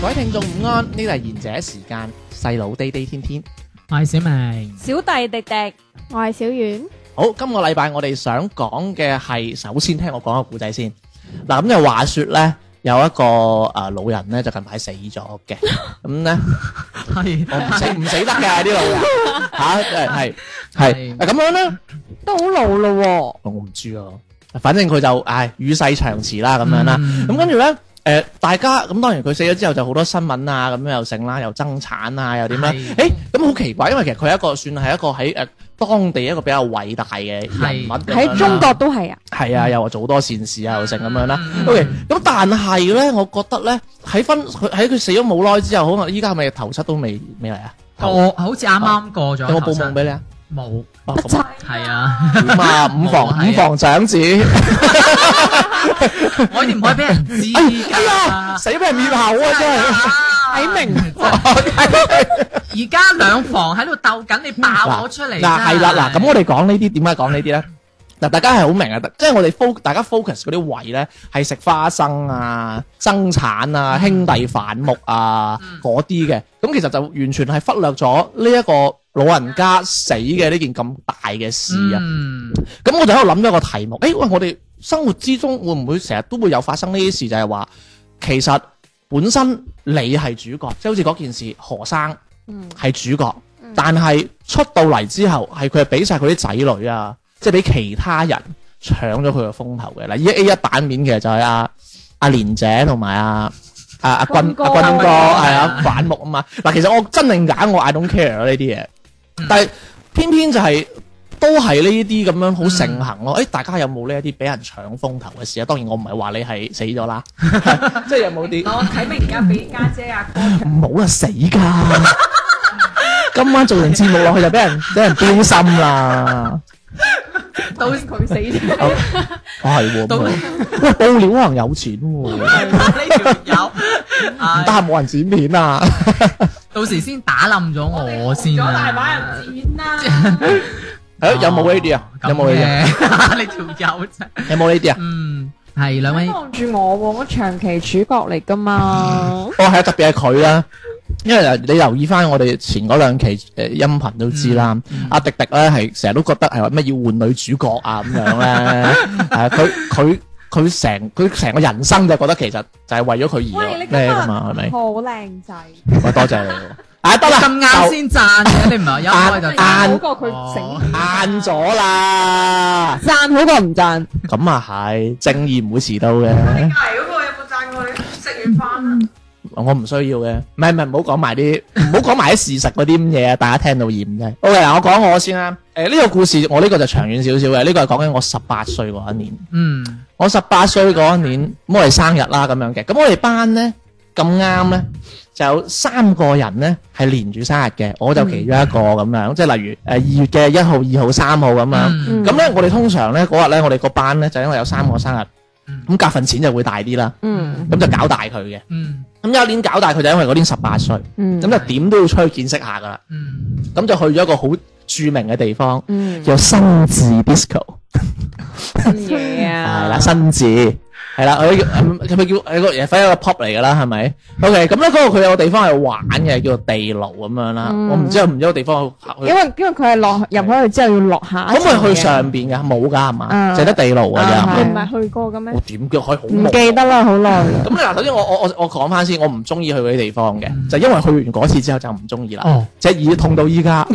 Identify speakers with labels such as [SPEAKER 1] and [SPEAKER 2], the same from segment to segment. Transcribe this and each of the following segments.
[SPEAKER 1] 各位聽眾午安，呢度係賢者時間，細佬滴滴天天。
[SPEAKER 2] 係小明，
[SPEAKER 3] 小弟迪迪，
[SPEAKER 4] 我係小遠，
[SPEAKER 1] 好，今個禮拜我哋想講嘅係，首先聽我講個故仔先。嗱，咁就話說咧，有一個誒老人咧就近排死咗 嘅，咁咧。
[SPEAKER 2] 係
[SPEAKER 1] 我唔死唔死得嘅呢度吓，係係係咁樣咧，
[SPEAKER 3] 都好老咯
[SPEAKER 1] 我唔知啊，反正佢就唉與世長辭啦咁樣啦，
[SPEAKER 2] 嗯
[SPEAKER 1] 咁跟住咧。誒、大家咁當然佢死咗之後就好多新聞啊，咁樣又剩啦，又爭產啊，又點啦？
[SPEAKER 2] 係
[SPEAKER 1] 誒咁好奇怪，因為其實佢係一個算係一個喺誒、當地一個比較偉大嘅人物
[SPEAKER 2] 係
[SPEAKER 1] 咁樣啦
[SPEAKER 3] 喺中國都係啊，
[SPEAKER 1] 係啊，又話做好多善事啊，又成咁樣啦。
[SPEAKER 2] 嗯
[SPEAKER 1] OK，咁但係咧，我覺得咧喺分佢喺佢死咗冇耐之後，可能依家係咪頭七都未未嚟啊？頭
[SPEAKER 2] 我好似啱啱過咗
[SPEAKER 1] 有冇
[SPEAKER 2] 頭
[SPEAKER 1] 報
[SPEAKER 2] 生
[SPEAKER 1] 夢俾你啊？
[SPEAKER 2] 冇，
[SPEAKER 1] 哦
[SPEAKER 3] 得
[SPEAKER 1] 咁
[SPEAKER 3] 滯
[SPEAKER 1] 啊。
[SPEAKER 2] 係啊，
[SPEAKER 1] 點啊？五房
[SPEAKER 2] 冇啊係啊
[SPEAKER 1] 五房長子，
[SPEAKER 2] 我哋唔可以俾人知㗎。
[SPEAKER 1] 哎死俾人滅口啊！真係。
[SPEAKER 2] 睇明， 而家兩房喺度鬥緊，你爆我出嚟
[SPEAKER 1] 嗱係啦，嗱咁我哋講呢啲點解講呢啲咧？嗱，大家係好明啊，即係我哋 focus，大家 focus 嗰啲位咧係食花生啊、生產啊、兄弟反目啊嗰啲嘅，咁其實就完全係忽略咗呢一個老人家死嘅呢件咁大嘅事啊。
[SPEAKER 2] 嗯，
[SPEAKER 1] 咁我就喺度諗咗個題目，誒、喂，我哋生活之中會唔會成日都會有發生呢啲事？就係話，其實本身你係主角，即係好似嗰件事何生
[SPEAKER 3] 嗯
[SPEAKER 1] 係主角，但係出到嚟之後係佢係俾晒佢啲仔女啊，即係俾其他人搶咗佢個風頭嘅。嗱，依 A 一版面其實就係阿阿蓮姐同埋阿。阿阿君
[SPEAKER 3] 君哥
[SPEAKER 1] 阿君哥
[SPEAKER 2] 啊
[SPEAKER 1] 係啊反目啊嘛嗱，其實我真定假我 I don't care 呢啲嘢，但係偏偏就係、都係呢啲咁樣好盛行咯。誒、大家有冇呢一啲俾人搶風頭嘅事啊？當然我唔係話你係死咗啦，即係有冇啲
[SPEAKER 5] 我睇明而家俾家姐阿哥
[SPEAKER 1] 唔好啊死㗎！ 今晚做完節目落去就俾人俾人標心啦。
[SPEAKER 2] 到
[SPEAKER 3] 佢死咗，
[SPEAKER 1] 哦係喎，
[SPEAKER 2] 到
[SPEAKER 1] 咁樣喂報料可能有錢喎，唔
[SPEAKER 2] 呢條友，
[SPEAKER 1] 得
[SPEAKER 2] 唉
[SPEAKER 1] 閒冇人剪片啊！
[SPEAKER 2] 到時先打冧咗我先
[SPEAKER 5] 咗大把
[SPEAKER 2] 啊！
[SPEAKER 5] 人剪啦，
[SPEAKER 1] 係咯有冇呢啲啊？有冇呢 啲啊？
[SPEAKER 2] 啲？你條友真係，
[SPEAKER 1] 有冇呢啲啊？
[SPEAKER 2] 嗯，係兩位，
[SPEAKER 3] 望住我喎，我長期主角嚟噶嘛，
[SPEAKER 1] 哦，係啊，特別係佢啦，因為你留意翻我哋前嗰兩期誒音頻都知啦，阿迪迪咧係成日都覺得係話咩要換女主角啊咁樣咧，誒佢佢佢成佢成個人生就覺得其實就係為咗佢而
[SPEAKER 3] 喂你今日
[SPEAKER 1] 咩噶嘛，係咪？
[SPEAKER 3] 好靚仔，
[SPEAKER 1] 喂，多謝你喎，啊得啦，
[SPEAKER 2] 咁啱先讚嘅，你唔係有開就
[SPEAKER 1] 啱
[SPEAKER 2] 讚
[SPEAKER 3] 好過佢
[SPEAKER 2] 哦
[SPEAKER 3] 死，
[SPEAKER 1] 就晏咗啦，
[SPEAKER 3] 讚好過唔讚，
[SPEAKER 1] 咁啊係，正義唔會遲到
[SPEAKER 5] 你
[SPEAKER 1] 嘅
[SPEAKER 5] 隔，離嗰個有冇讚過你？食完飯
[SPEAKER 1] 我唔需要嘅，唔係唔係，唔好講埋啲，唔好講埋啲事實嗰啲咁嘢啊！大家聽到厭啫。OK，嗱，我講我先啦。誒、呢、個故事我呢個就長遠少少嘅，呢、個係講緊我十八歲嗰一年。
[SPEAKER 2] 嗯
[SPEAKER 1] 我十八歲嗰一年，咁我哋生日啦咁樣嘅。咁我哋班咧咁啱咧，就有三個人咧係連住生日嘅，我就其中一個咁樣，即係例如誒呃二月嘅一號、二號、三號咁樣。
[SPEAKER 2] 嗯
[SPEAKER 1] 咁咧，我哋通常咧嗰日咧，我哋個班咧就因為有三個生日
[SPEAKER 2] 嗯，
[SPEAKER 1] 咁夾份錢就會大啲啦，
[SPEAKER 3] 嗯
[SPEAKER 1] 咁就搞大佢嘅。
[SPEAKER 2] 嗯
[SPEAKER 1] 咁有一年搞大佢就因為嗰年十八歲，咁
[SPEAKER 3] 嗯
[SPEAKER 1] 就點都要出去見識下噶啦。
[SPEAKER 2] 嗯，
[SPEAKER 1] 咁就去咗一個好著名嘅地方，
[SPEAKER 3] 嗯，
[SPEAKER 1] 叫新字 disco，
[SPEAKER 3] 新嘢
[SPEAKER 4] À.
[SPEAKER 1] 係
[SPEAKER 3] 啊
[SPEAKER 1] 啦，，新字係啦，佢佢咪叫係個反正一個 pop 嚟噶啦，係咪？OK，咁咧嗰個佢有個地方係玩嘅，叫做地牢咁樣啦。
[SPEAKER 3] 嗯
[SPEAKER 1] 我唔知唔知個地方
[SPEAKER 3] 因為因為佢係落入咗去之後要落下，
[SPEAKER 1] 可唔可以去？上邊㗎？冇㗎係嘛？
[SPEAKER 3] 嗯
[SPEAKER 1] 淨得地牢
[SPEAKER 4] Ờ,
[SPEAKER 1] 㗎
[SPEAKER 3] 啊
[SPEAKER 1] 咋
[SPEAKER 3] 係。
[SPEAKER 4] 你唔係去過嘅咩
[SPEAKER 1] 我？點叫可以好
[SPEAKER 3] 唔
[SPEAKER 1] 無
[SPEAKER 3] 記得啦，好 耐啦，
[SPEAKER 1] 咁你嗱，首先我我我我講翻先，我唔中意去嗰啲地方嘅，就因為去完嗰次之後就唔中意啦。
[SPEAKER 2] 哦，
[SPEAKER 1] 隻耳痛到依家。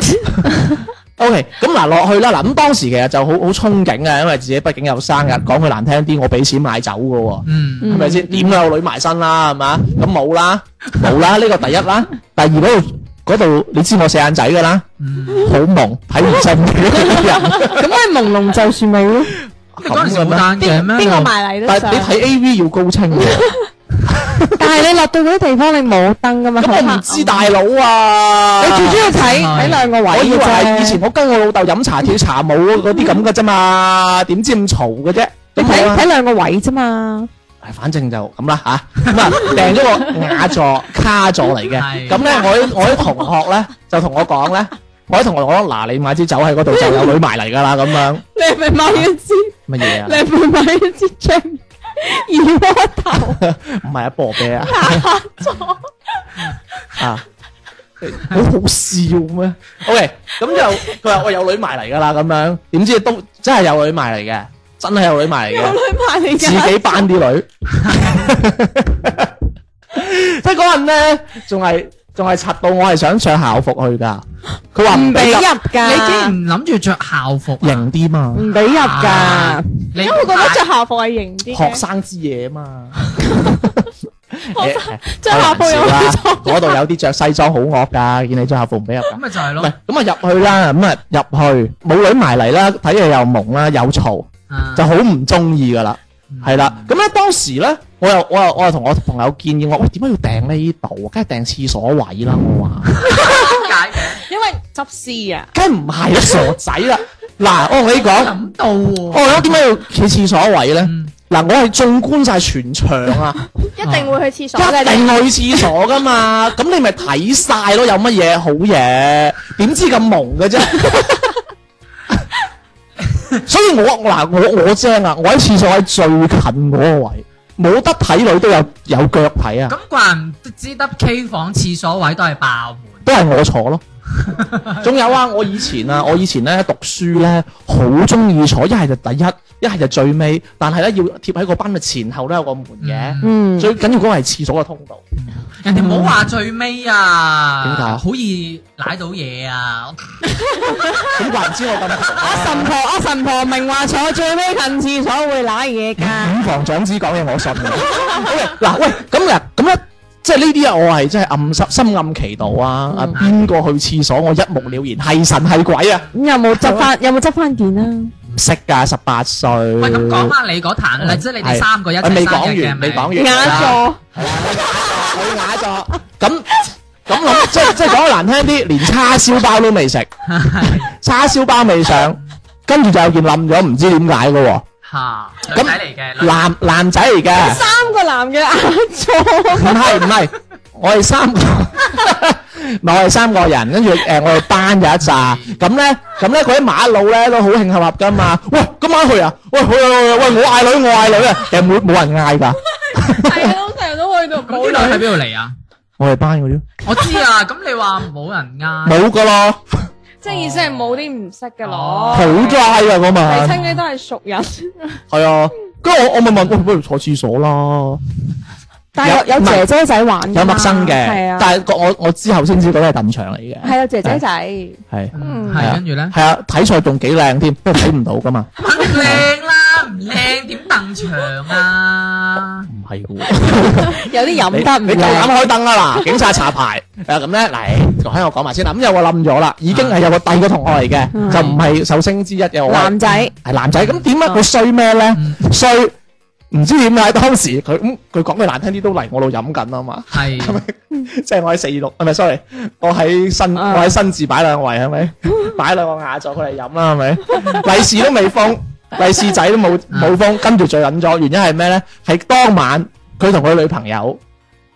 [SPEAKER 1] O K，咁嗱落去啦，嗱咁當時其實就好好憧憬嘅，因為自己畢竟有生日，講句難聽啲，我俾錢買酒嘅喎，
[SPEAKER 2] 嗯
[SPEAKER 1] 係咪 先？點都有女埋身啦，係嘛？咁冇啦，冇啦，呢個第一啦，第二嗰度嗰度你知我四眼仔噶啦，好蒙睇唔真嘅嗰啲人。
[SPEAKER 3] 咁你朦朧就算美咯，
[SPEAKER 2] 你嗰陣時冇單嘅咩？
[SPEAKER 4] 邊個埋嚟都
[SPEAKER 1] 但
[SPEAKER 4] 想
[SPEAKER 1] 係你睇 A V 要高清喎，
[SPEAKER 3] 但係你落到嗰啲地方你冇燈噶嘛，
[SPEAKER 1] 咁我唔知大佬啊。
[SPEAKER 3] 你最主要睇
[SPEAKER 2] 係
[SPEAKER 3] 睇兩個位
[SPEAKER 1] 我以為
[SPEAKER 3] 嘅
[SPEAKER 1] 係
[SPEAKER 3] 啫。
[SPEAKER 1] 以前我跟我老豆飲茶跳茶舞嗰啲咁嘅啫嘛，點知咁嘈嘅啫？
[SPEAKER 3] 你
[SPEAKER 1] 咁好
[SPEAKER 3] 睇
[SPEAKER 1] 啊
[SPEAKER 3] 睇兩個位啫嘛，
[SPEAKER 1] 唉反正就咁啦吓，咁啊 訂咗個雅座卡座嚟嘅，
[SPEAKER 2] 係
[SPEAKER 1] 咁咧我啲我啲同學咧就同我講咧， 我啲同學講嗱你買支酒喺嗰度就有女埋嚟㗎啦咁樣，
[SPEAKER 3] 你係咪買一支？
[SPEAKER 1] 乜 嘢啊
[SPEAKER 3] 你？係咪買一支橡二鍋頭？
[SPEAKER 1] 唔係啊，薄啤啊，啊，好好笑咩？OK，咁就佢話我有女埋嚟㗎啦咁樣，點知都真係有女埋嚟嘅，真係有女埋嚟嘅。
[SPEAKER 3] 你買嚟
[SPEAKER 1] 自
[SPEAKER 3] 㗎？
[SPEAKER 1] 己班啲女， 即系嗰陣咧，仲係仲係柒到我係想着校服去㗎。佢話
[SPEAKER 3] 唔俾入
[SPEAKER 1] 入，
[SPEAKER 2] 你竟
[SPEAKER 3] 㗎，
[SPEAKER 2] 然諗住着校服啊，
[SPEAKER 1] 型啲嘛，
[SPEAKER 3] 唔俾入㗎。
[SPEAKER 2] 你
[SPEAKER 4] 因為我覺得着校服係型啲
[SPEAKER 1] 學
[SPEAKER 4] 嘅，
[SPEAKER 1] 生之嘢 嘛。
[SPEAKER 4] 着校服有
[SPEAKER 1] 啦
[SPEAKER 4] 咩錯，
[SPEAKER 1] 啊嗰度有啲着西裝好惡㗎，見你着校服唔俾入㗎。
[SPEAKER 2] 咁咪就係
[SPEAKER 1] 唔
[SPEAKER 2] 咯
[SPEAKER 1] 係，咁啊入去啦，咁啊入去冇女埋嚟啦，睇嘢又蒙啦，又嘈。
[SPEAKER 2] 啊
[SPEAKER 1] 就好唔中意噶啦，係啦。咁咧當時咧，我又我又我又同我朋友建議我，喂點解要訂呢度？梗係訂廁所位啦，我話。
[SPEAKER 2] 點解嘅？
[SPEAKER 4] 因為執屍啊，
[SPEAKER 1] 梗係唔係啦，傻仔啦。嗱，我同你講，
[SPEAKER 2] 諗到喎，
[SPEAKER 1] 我諗點解要企廁所位咧？
[SPEAKER 2] 嗯
[SPEAKER 1] 嗱，我係縱觀晒全場啊，
[SPEAKER 4] 一定會去廁所嘅。
[SPEAKER 1] 一定去廁所噶嘛。咁你咪睇晒咯，有乜嘢好嘢？點知咁蒙嘅啫？所以我嗱我我精啊！我喺廁所喺最近嗰個位，冇得睇女都有有腳睇啊，
[SPEAKER 2] 咁怪唔知得 K 房廁所位都係爆滿。
[SPEAKER 1] 都係我坐咯。仲有啊，我以前啊，我以前咧讀書咧，好中意坐，一係就第一，一係就最尾，但係咧要貼喺個班嘅前後咧有個門嘅，
[SPEAKER 3] 嗯，
[SPEAKER 1] 最緊要嗰個係廁所嘅通道。
[SPEAKER 2] 人哋唔好話最尾啊，
[SPEAKER 1] 點解
[SPEAKER 2] 好易舐到嘢啊！
[SPEAKER 1] 咁怪唔知我咁窮啊
[SPEAKER 3] 神婆阿神婆明話坐最尾近廁所會攋嘢㗎。
[SPEAKER 1] 五房長子講嘢我信嘅。喂嗱喂，咁嗱咁咧，即係呢啲啊，我係真係暗心心暗祈禱啊！啊邊個去廁所，我一目了然，係神係鬼啊！
[SPEAKER 3] 咁有冇執翻？有冇執翻件啊？
[SPEAKER 1] 唔識㗎，十八歲。
[SPEAKER 2] 喂，咁講翻你嗰壇啦，即係你哋三個一
[SPEAKER 1] 係
[SPEAKER 2] 齊
[SPEAKER 1] 未
[SPEAKER 2] 生日
[SPEAKER 1] 講
[SPEAKER 2] 嘅，
[SPEAKER 1] 完，未講
[SPEAKER 2] 完。
[SPEAKER 1] 完。
[SPEAKER 3] 座
[SPEAKER 1] 你啞咗。咁咁諗，即係即係講得難聽啲，連叉燒包都 未食，叉燒包未上，跟住就有件冧咗，唔知點解嘅喎。
[SPEAKER 2] 嚇，女
[SPEAKER 1] 咁
[SPEAKER 2] 仔嚟嘅，女
[SPEAKER 1] 男男仔嚟嘅。
[SPEAKER 3] 三個男嘅硬座，
[SPEAKER 1] 唔係唔 係，我哋三個，唔係我哋三個人，跟住誒我哋班有一扎，咁咧咁咧嗰啲馬路咧都好慶合合 噶嘛。喂，今晚去啊！喂，去啊去啊！喂，我嗌女，我嗌女 啊！誒冇冇人嗌㗎，
[SPEAKER 4] 係啊，成日都去到
[SPEAKER 2] 咁啲女喺邊度嚟啊？
[SPEAKER 1] 我哋班嗰啲
[SPEAKER 2] 我知啊，咁你話冇人嗌，
[SPEAKER 1] 冇㗎咯，
[SPEAKER 4] 即係意思係冇啲唔識嘅
[SPEAKER 2] 哦
[SPEAKER 1] 好
[SPEAKER 4] 咯，
[SPEAKER 1] dry 啊嗰
[SPEAKER 4] 睇親
[SPEAKER 1] 晚，
[SPEAKER 4] 嘅都係熟人，
[SPEAKER 1] 係啊。跟住我我咪問，喂，不如坐廁所啦。
[SPEAKER 3] 但係有有姐姐仔玩㗎嘛
[SPEAKER 1] 有陌生
[SPEAKER 3] 係
[SPEAKER 1] 嘅
[SPEAKER 3] 啊，，
[SPEAKER 1] 但係我我之後先知道係揼場嚟嘅，
[SPEAKER 3] 係啊，姐姐仔。
[SPEAKER 1] 係
[SPEAKER 2] 嗯
[SPEAKER 1] 係啊
[SPEAKER 2] 係跟住咧，
[SPEAKER 1] 係啊，睇賽仲幾靚添，不過睇唔到㗎嘛。
[SPEAKER 2] 肯定靚啦，唔靚點鄧場啊？
[SPEAKER 1] 唔係㗎喎。
[SPEAKER 3] 有啲飲
[SPEAKER 1] 你
[SPEAKER 3] 得唔
[SPEAKER 1] 你夠
[SPEAKER 3] 靚，
[SPEAKER 1] 膽開燈啊嗱， 警察查牌誒咁咧嚟，喺我講埋先啦。咁有個冧咗啦，已經係有個第二個同學嚟嘅，就唔係壽星之一嘅我
[SPEAKER 3] 嗯男仔哦嗯
[SPEAKER 1] 係男仔。咁點解啊佢衰咩咧？衰唔知點解當時佢咁佢講句難聽啲都嚟我度飲緊啊嘛，
[SPEAKER 2] 係
[SPEAKER 1] 即係我喺四二六，係咪？sorry，我喺新
[SPEAKER 3] 啊
[SPEAKER 1] 我喺新字擺 兩位係咪？擺兩個雅座佢嚟飲啦係咪？ 利是都 未封，利是仔都冇冇封，跟住最緊咗，原因係咩咧？係當晚佢同佢女朋友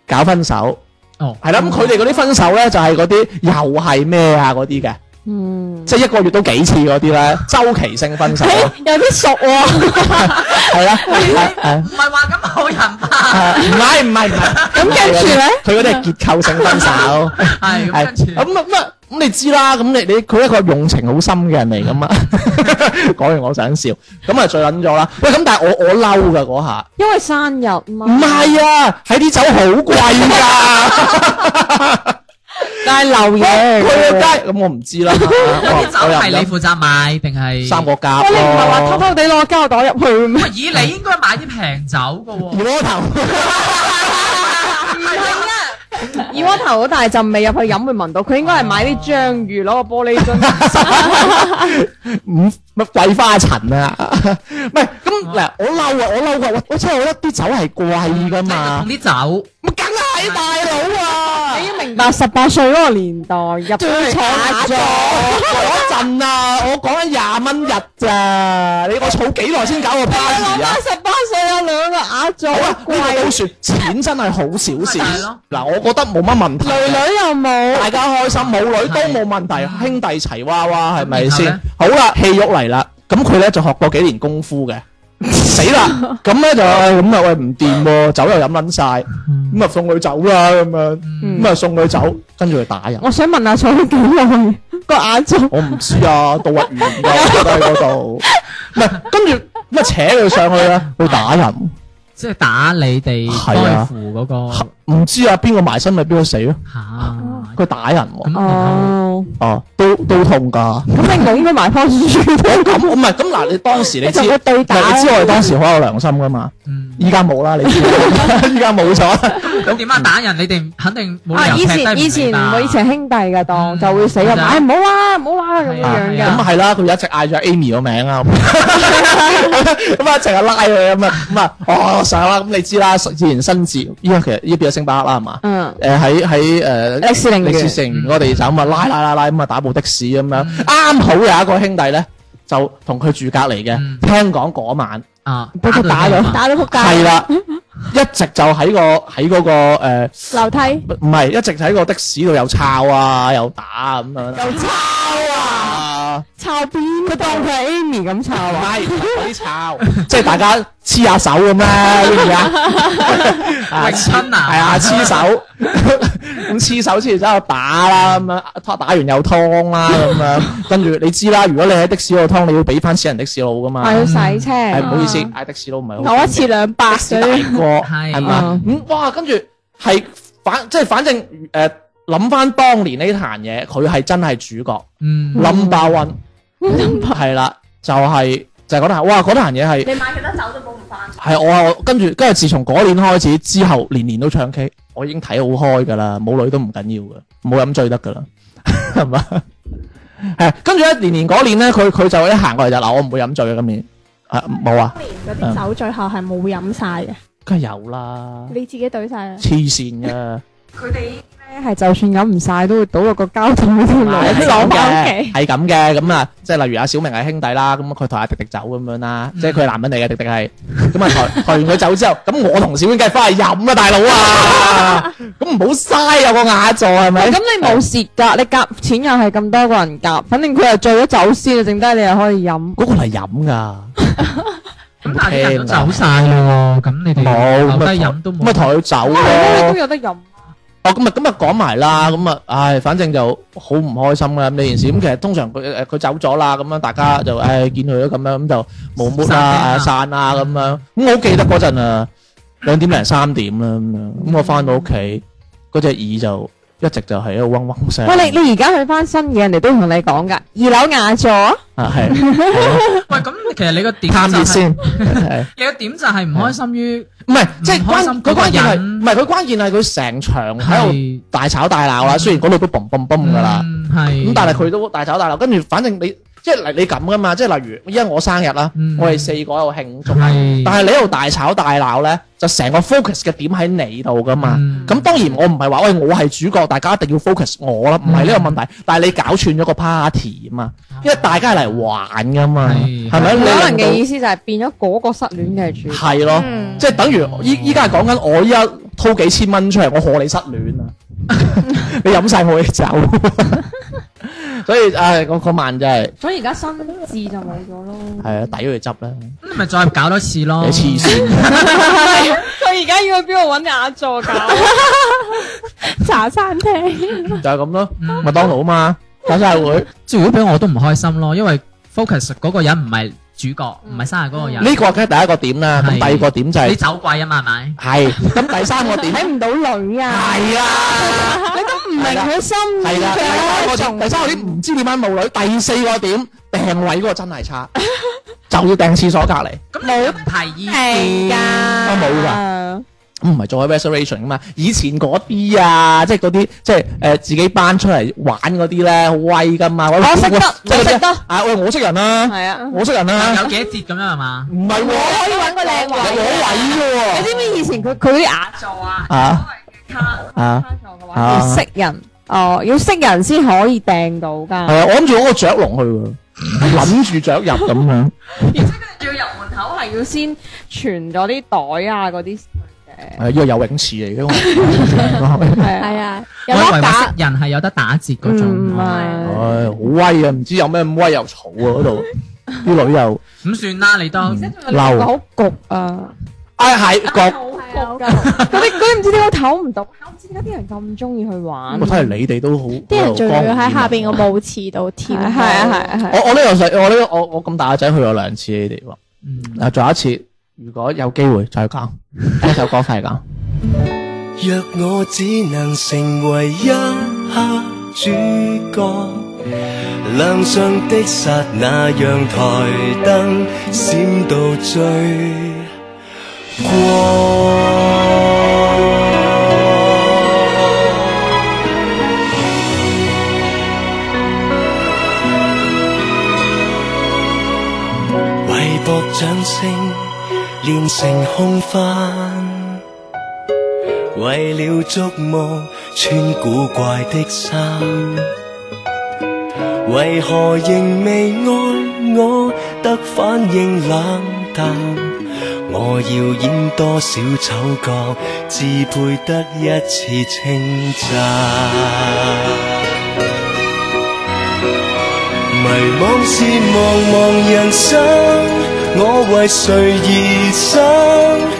[SPEAKER 1] 搞分手。
[SPEAKER 2] 哦，
[SPEAKER 1] 係啦，咁佢哋嗰啲分手咧就係嗰啲又係咩啊嗰啲嘅，
[SPEAKER 3] 嗯，
[SPEAKER 1] 即係一個月都幾次嗰啲咧，周期性分手 啊，
[SPEAKER 3] 有啲熟喎。
[SPEAKER 1] 係啦，係係
[SPEAKER 2] 唔係話咁好人吧？
[SPEAKER 1] 係啊唔係唔係唔係，
[SPEAKER 3] 咁跟住咧，
[SPEAKER 1] 佢嗰啲係結構性分手，
[SPEAKER 2] 係咁跟住
[SPEAKER 1] 係咁啊咁啊咁你知啦，咁你你佢一個用情好深嘅人嚟噶嘛， 講完我想笑，咁啊最撚咗啦，喂咁但係我我嬲㗎嗰下。
[SPEAKER 3] 因為生日啊嘛。
[SPEAKER 1] 唔，係啊，喺啲酒好貴 㗎，
[SPEAKER 3] 但係流嘢。
[SPEAKER 1] 佢嘅街咁我唔知 啦，
[SPEAKER 2] 啲
[SPEAKER 1] 我
[SPEAKER 2] 酒
[SPEAKER 1] 我又唔
[SPEAKER 2] 係你
[SPEAKER 1] 飲
[SPEAKER 2] 負責買定係？
[SPEAKER 1] 三個夾
[SPEAKER 3] 喂，你唔係話偷
[SPEAKER 1] 咯，
[SPEAKER 3] 偷地攞膠袋入去咩？
[SPEAKER 2] 喂，咦，你應該買啲平酒噶喎。
[SPEAKER 1] 二鍋頭。
[SPEAKER 2] 係啊，
[SPEAKER 4] 二鍋頭好大陣味入去飲會聞到，佢應該係買啲章魚攞個玻璃樽，
[SPEAKER 1] 五乜桂花塵啊？ 唔係咁嗱，我嬲啊！我嬲啊！我我真係覺得啲酒係貴噶嘛
[SPEAKER 2] 同，啲酒，
[SPEAKER 1] 咁梗係大佬啊！
[SPEAKER 4] 你要啊明白十八歲嗰個年代入咗廠
[SPEAKER 1] 打咗嗰陣啊，我講緊廿蚊日咋？你我儲幾耐先搞個 party 啊？
[SPEAKER 4] 十八歲有兩個額咗
[SPEAKER 1] 好啦，呢個都算錢真係好少
[SPEAKER 2] 咪就係
[SPEAKER 1] 少
[SPEAKER 2] 咯。
[SPEAKER 1] 嗱，我覺得冇乜問題
[SPEAKER 4] 女
[SPEAKER 1] 啊。
[SPEAKER 4] 女又冇，
[SPEAKER 1] 大家開心，冇女都冇問題，兄弟齊娃娃係咪先
[SPEAKER 2] 然？
[SPEAKER 1] 好啦，戲肉嚟啦，咁佢咧就學過幾年功夫嘅，死啦！咁咧就唉咁啊喂唔掂喎，酒又飲撚晒，咁啊送佢走啦咁樣，咁啊送佢走，跟住佢打人，
[SPEAKER 4] 我想問下坐咗幾耐個額咗？
[SPEAKER 1] 我唔知啊，到屈原㗎，都喺嗰度，唔係跟住咁啊扯佢上去啦，佢打人，
[SPEAKER 2] 即係打你哋
[SPEAKER 1] 係啊
[SPEAKER 2] 該付嗰個
[SPEAKER 1] 唔知啊邊個埋身咪邊個死咯，
[SPEAKER 2] 嚇
[SPEAKER 1] 佢打人喎，
[SPEAKER 2] 咁
[SPEAKER 4] 哦，
[SPEAKER 1] 哦都都痛㗎。
[SPEAKER 4] 咁你拱佢埋棵樹，
[SPEAKER 1] 咁唔係咁嗱，你當時你知，
[SPEAKER 4] 你同佢對打
[SPEAKER 1] 唔係你知我哋當時好有良心噶嘛？
[SPEAKER 2] 嗯
[SPEAKER 1] 依家冇啦，你知啦，依家冇咗。
[SPEAKER 2] 咁點啊？打人你哋肯定冇
[SPEAKER 4] 啊！
[SPEAKER 2] 理由
[SPEAKER 4] 以
[SPEAKER 2] 劈低唔
[SPEAKER 4] 前以前
[SPEAKER 2] 理㗎
[SPEAKER 4] 唔會，以前兄弟嘅當
[SPEAKER 2] 嗯
[SPEAKER 4] 就會死
[SPEAKER 2] 就
[SPEAKER 4] 人，唉唔好啦唔好啦咁樣樣
[SPEAKER 2] 係啊
[SPEAKER 1] 咁
[SPEAKER 4] 㗎。
[SPEAKER 1] 係啦，佢一直嗌咗 Amy 個名啊，咁啊成日拉佢咁啊咁啊，哦上啦，咁你知啦，以前新字依家其實依家變咗星巴克啦，係嘛？
[SPEAKER 4] 嗯，
[SPEAKER 1] 誒喺喺誒
[SPEAKER 4] 歷史陵園
[SPEAKER 1] 歷史成員嗰個地就咁啊拉拉拉拉咁啊打部的士咁樣，啱好有一個兄弟咧就同佢住隔離嘅
[SPEAKER 2] 嗯，
[SPEAKER 1] 聽講嗰晚。
[SPEAKER 2] 啊，
[SPEAKER 1] 俾佢打咗
[SPEAKER 2] 打
[SPEAKER 4] 打到仆
[SPEAKER 1] 係
[SPEAKER 4] 街，
[SPEAKER 1] 啦，一直就喺個喺嗰個誒，
[SPEAKER 4] 樓梯
[SPEAKER 1] 唔係一直喺個的士度又抄啊，又打啊咁樣。
[SPEAKER 4] 又抄啊，
[SPEAKER 1] 啊！
[SPEAKER 4] 抄邊？佢當佢係 Amy 咁抄
[SPEAKER 1] 唔
[SPEAKER 4] 啊？
[SPEAKER 1] 係嗰啲抄， 即係大家黐下手咁啦，知唔 知啊？啊
[SPEAKER 2] 詠春啊
[SPEAKER 1] 係啊，黐手 咁黐手，黐完之後打啦，咁樣打打完又劏啦，咁樣跟住你知啦，如果你喺的士度劏，你要俾翻錢人的士佬噶嘛。
[SPEAKER 4] 係要洗車，
[SPEAKER 1] 係唔好意思，嗌的士佬唔係好
[SPEAKER 4] 我一次兩百嗰啲。
[SPEAKER 1] 過
[SPEAKER 2] 係
[SPEAKER 1] 係嘛？咁哇，跟住係反即係反正誒諗翻當年呢壇嘢，佢係真係主角
[SPEAKER 2] 嗯，
[SPEAKER 1] number one，係啦，就係就係嗰壇，哇嗰壇嘢係
[SPEAKER 5] 你買幾多酒都補唔翻。
[SPEAKER 1] 係我啊我跟住跟住自從嗰年開始之後，年年都唱 K，我已經睇好開㗎啦，冇女都唔緊要㗎，冇飲醉得㗎啦， 係嘛？係跟住咧，年年嗰年咧，佢佢就一行過嚟就嗱，我唔會飲醉嘅今年，啊冇啊，
[SPEAKER 6] 年嗰啲酒最後係冇飲晒嘅，
[SPEAKER 1] 梗係有啦，
[SPEAKER 6] 你自己懟晒嘅。
[SPEAKER 1] 黐線㗎。
[SPEAKER 5] 佢哋
[SPEAKER 4] 係就算飲唔晒，都會倒落個膠桶嗰度攞
[SPEAKER 1] 係咁
[SPEAKER 4] 走
[SPEAKER 1] 嘅，係咁嘅，咁啊，即係例如阿小明係兄弟啦，咁啊佢同阿迪迪走咁樣啦，
[SPEAKER 2] 嗯
[SPEAKER 1] 即係佢係男人嚟嘅，迪迪係，咁啊抬抬完佢走之後，咁我同小英梗係翻去飲啦，大佬 啊，咁唔好嘥啊有個雅座係咪？
[SPEAKER 4] 咁你冇蝕㗎，你夾錢又係咁多個人夾，反正佢又醉咗酒先，剩低你又可以飲。
[SPEAKER 1] 嗰個嚟飲噶，
[SPEAKER 2] 咁但係啲人都走晒咯喎，咁你哋
[SPEAKER 1] 冇
[SPEAKER 2] 留
[SPEAKER 1] 咁啊
[SPEAKER 2] 低飲都
[SPEAKER 1] 咁咪
[SPEAKER 2] 冇。啊
[SPEAKER 1] 抬佢走
[SPEAKER 4] 係咯，你
[SPEAKER 1] 咯
[SPEAKER 4] 都。有得飲。
[SPEAKER 1] 哦，咁啊，咁啊講埋啦，咁啊，唉，反正就好唔開心啦，咁呢件事。咁其實通常佢誒佢走咗啦，咁樣大家就唉見佢都咁樣，咁就冇 mood 啦，啊散啦咁樣。咁我好記得嗰陣啊，兩點零三點啦咁樣。咁我翻到屋企，嗰隻耳就一直就係喺度嗡嗡聲。
[SPEAKER 4] 喂，你你而家去翻新嘢，人哋都同你講㗎，二樓雅座啊，
[SPEAKER 1] 啊 係係
[SPEAKER 2] 喂，咁其實你個點
[SPEAKER 1] 咯探
[SPEAKER 2] 就
[SPEAKER 1] 熱
[SPEAKER 2] 係
[SPEAKER 1] 先，係
[SPEAKER 2] 你個點就係唔開心於
[SPEAKER 1] 唔係即係
[SPEAKER 2] 唔開
[SPEAKER 1] 關佢關鍵
[SPEAKER 2] 心嗰個
[SPEAKER 1] 係
[SPEAKER 2] 人
[SPEAKER 1] 唔係佢關鍵係佢成場喺度
[SPEAKER 2] 係
[SPEAKER 1] 大吵大鬧啦。雖然嗰度都嘣嘣嘣㗎啦。
[SPEAKER 2] 嗯係
[SPEAKER 1] 咁但係佢都大吵大鬧，跟住反正你即係你咁噶嘛，即係例如依家我生日啦，
[SPEAKER 2] 嗯
[SPEAKER 1] 我哋四個喺度慶祝，
[SPEAKER 2] 係，
[SPEAKER 1] 但係你喺度大吵大鬧咧，就成個 focus 嘅點喺你度噶嘛。
[SPEAKER 2] 嗯
[SPEAKER 1] 咁當然我唔係話喂我係主角，大家一定要 focus 我啦，唔
[SPEAKER 2] 嗯
[SPEAKER 1] 係呢個問題。但係你搞串咗個 party 啊嘛，因為大家係嚟玩噶嘛，
[SPEAKER 2] 係
[SPEAKER 1] 係咪？
[SPEAKER 4] 可
[SPEAKER 1] 你
[SPEAKER 4] 能嘅
[SPEAKER 1] 令
[SPEAKER 4] 意思就係變咗嗰個失戀嘅主
[SPEAKER 1] 到。係咯，
[SPEAKER 2] 嗯
[SPEAKER 1] 即係等於依依家係講緊我依家掏幾千蚊出嚟，我賀你失 戀啊！你飲晒我嘅酒， 所以唉，嗰嗰晚真係〜
[SPEAKER 4] 所以而家新字就冇咗咯。
[SPEAKER 1] 系啊，抵佢執啦，
[SPEAKER 2] 咁咪再搞多次咯。
[SPEAKER 1] 你黐線，
[SPEAKER 2] 嗯
[SPEAKER 4] 佢而家要去邊度揾雅座搞？
[SPEAKER 6] 茶餐廳
[SPEAKER 1] 就係咁咯，
[SPEAKER 2] 嗯
[SPEAKER 1] 麥當勞啊嘛，搞晒會，
[SPEAKER 2] 即係如果俾我都唔開心咯，因為 focus 嗰個人唔係主角，唔係生日嗰個人，
[SPEAKER 1] 呢個梗係第一個點啦，咁
[SPEAKER 2] 係
[SPEAKER 1] 第二個點就係
[SPEAKER 2] 你走鬼啊嘛，係咪？
[SPEAKER 1] 係，咁第三個 點
[SPEAKER 4] 睇唔到女啊！
[SPEAKER 1] 係啊，
[SPEAKER 4] 你都唔明佢心意
[SPEAKER 1] 係 啦，第三個
[SPEAKER 4] 嘅，仲
[SPEAKER 1] 點，第三個點唔知點解冇女，第四個點訂位嗰個真係差，就要訂廁所隔離，
[SPEAKER 2] 咁你又唔提意見
[SPEAKER 4] 平㗎，
[SPEAKER 1] 啊冇㗎唔係做開 reservation 噶嘛，以前嗰啲啊，即係嗰啲即係誒自己班出嚟玩嗰啲咧，好威噶嘛！我
[SPEAKER 4] 我識得
[SPEAKER 1] 即係嗰啲
[SPEAKER 4] 我識得
[SPEAKER 1] 啊！喂，我識人啦，
[SPEAKER 4] 係啊，
[SPEAKER 1] 我識人啦，
[SPEAKER 2] 有幾多節咁樣係嘛？
[SPEAKER 1] 唔係喎，
[SPEAKER 4] 我可以揾個靚位。
[SPEAKER 1] 有我
[SPEAKER 4] 你
[SPEAKER 1] 位啫
[SPEAKER 4] 知唔知以前佢佢啲牙
[SPEAKER 5] 座啊，
[SPEAKER 1] 啊
[SPEAKER 5] 所謂嘅卡
[SPEAKER 1] 喎啊！
[SPEAKER 5] 卡座嘅話，
[SPEAKER 1] 啊
[SPEAKER 4] 要識人哦，要識人先可以訂到㗎。
[SPEAKER 1] 係啊，我諗住嗰個雀籠去喎，諗住雀入 咁樣。
[SPEAKER 4] 而且佢哋要入門口係要先存咗啲袋啊嗰啲嘅，
[SPEAKER 1] 係呢個游泳池嚟嘅，我
[SPEAKER 4] 係
[SPEAKER 6] 係
[SPEAKER 4] 啊，
[SPEAKER 6] 啊，
[SPEAKER 2] 我以
[SPEAKER 6] 有
[SPEAKER 2] 為
[SPEAKER 6] 碌
[SPEAKER 2] 我識
[SPEAKER 6] 架，
[SPEAKER 2] 人係有得打折嗰
[SPEAKER 4] 嗯
[SPEAKER 2] 種，
[SPEAKER 4] 唔
[SPEAKER 2] 哦
[SPEAKER 4] 係。
[SPEAKER 1] 唉，好威啊！唔知有咩咁威又嘈啊嗰度，啲女又
[SPEAKER 2] 咁算啦，你都
[SPEAKER 1] 嬲
[SPEAKER 4] 好焗啊！
[SPEAKER 1] 唉係覺，
[SPEAKER 6] 係啊
[SPEAKER 4] 嗰啲嗰啲唔知點解唞唔到，我唔知點解啲人咁中意去玩。
[SPEAKER 1] 我睇嚟你哋都好
[SPEAKER 6] 啲人仲要喺下
[SPEAKER 1] 邊
[SPEAKER 6] 邊個舞池度跳，
[SPEAKER 4] 係啊係啊係啊
[SPEAKER 1] 我我呢個細我呢個我我咁大個仔去咗兩次你哋喎，
[SPEAKER 2] 嗯
[SPEAKER 1] 嗱仲有一次，如果有機會再講，一首歌快講。
[SPEAKER 7] 若我只能成為一刻主角，亮相的刹那，讓台燈閃到最光。為博掌聲，練成空翻。为了觸摸穿古怪的衫，為何仍未愛我得反應冷淡？我要演多少丑角，至配得一次稱讚？迷惘是茫茫人生，我為誰而生？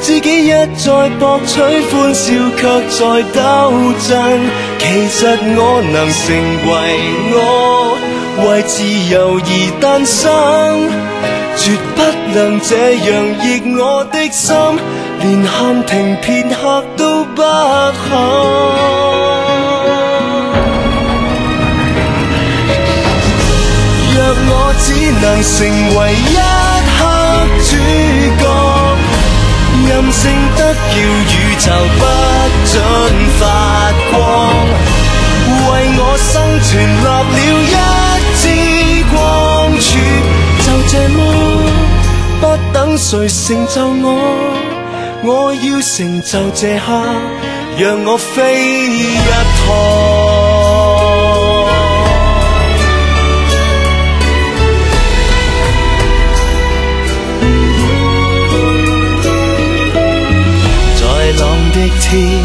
[SPEAKER 7] 自己一再博取歡笑，卻在鬥爭。其實我能成為我，為自由而誕生，絕不能這樣熱我的心，連喊停片刻都不肯。若我只能成為一刻主角，任性得叫宇宙不准發光，為我生存立了一支光柱，就這麼不等誰成就我，我要成就這刻，讓我飛一趟。在朗的天，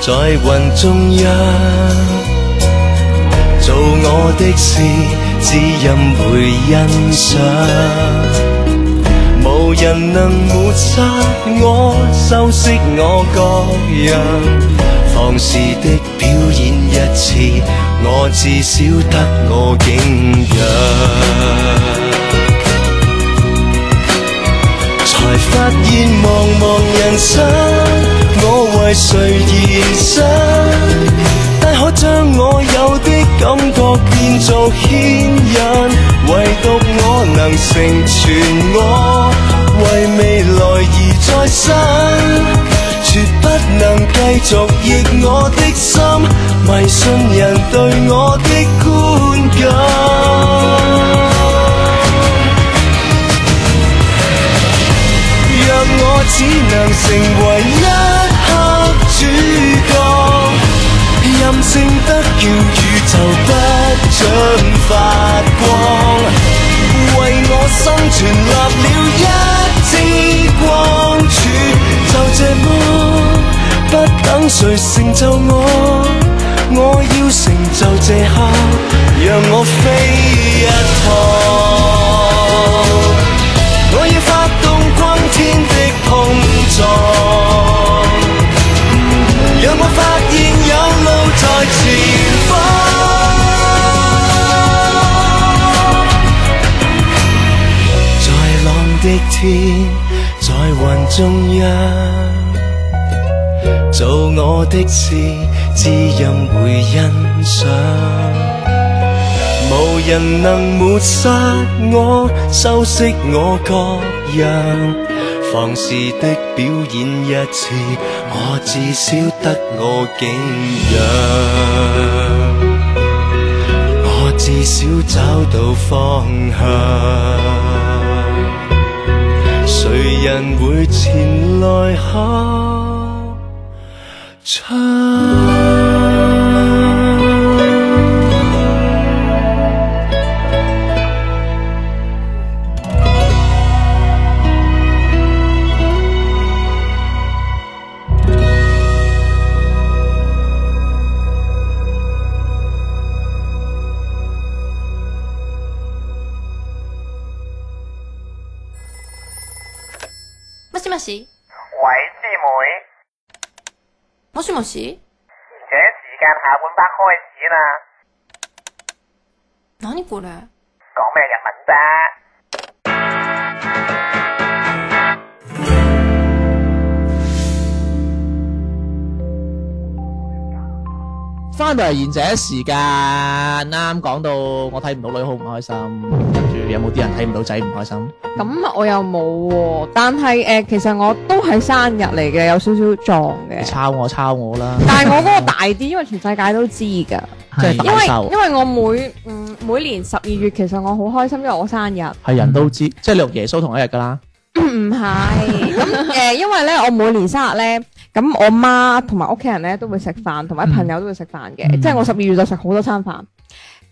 [SPEAKER 7] 在雲中央，做我的事，只任回欣賞。無人能抹殺我，修飾我各樣。放肆的表演一次，我至少得我景仰。才發現茫茫人生，我為誰而生？大可將我有的感覺變做牽引，唯獨我能成全我，為未來而再生。絕不能繼續逆我的心，迷信人對我的觀感。若我只能成為一刻主角，任性得叫宇宙不准發光，為我生存立了一支光柱，就這麼不等誰成就我，我要成就這刻，讓我飛一趟。我要發動轟天的碰撞，讓我發現有路在前方。在浪的天，在雲中央，做我的事，只任回欣賞。無人能抹殺我，修飾我各樣。放肆的表演一次，我至少得我景仰，我至少找到方向。谁人会前来合唱？
[SPEAKER 8] もしもし
[SPEAKER 9] 喂，師妹，
[SPEAKER 8] もしもし
[SPEAKER 9] 而且時間下半 part 開始啦，
[SPEAKER 8] 何これ
[SPEAKER 9] 講咩日文啫？
[SPEAKER 1] 翻到嚟賢者時間，啱講到我睇唔到女好唔開心，跟住有冇啲人睇唔到仔唔開心？
[SPEAKER 4] 咁我又冇喎，但係诶，呃其實我都係生日嚟嘅，有少少撞
[SPEAKER 1] 你
[SPEAKER 4] 嘅。
[SPEAKER 1] 抄我抄我啦，
[SPEAKER 4] 但係我嗰個大啲，因為全世界都知㗎。
[SPEAKER 1] 即係
[SPEAKER 4] 因
[SPEAKER 1] 大
[SPEAKER 4] 為
[SPEAKER 1] 壽
[SPEAKER 4] 因為我每嗯每年十二月其實我好開心，因為我生日。
[SPEAKER 1] 係人都知，即係你同耶穌同一日㗎啦。
[SPEAKER 4] 唔係，咁誒，因為咧，我每年生日咧，咁我媽同埋屋企人咧都會食飯，同埋朋友都會食飯嘅，
[SPEAKER 1] 嗯
[SPEAKER 4] 即係我十二月就食好多餐飯。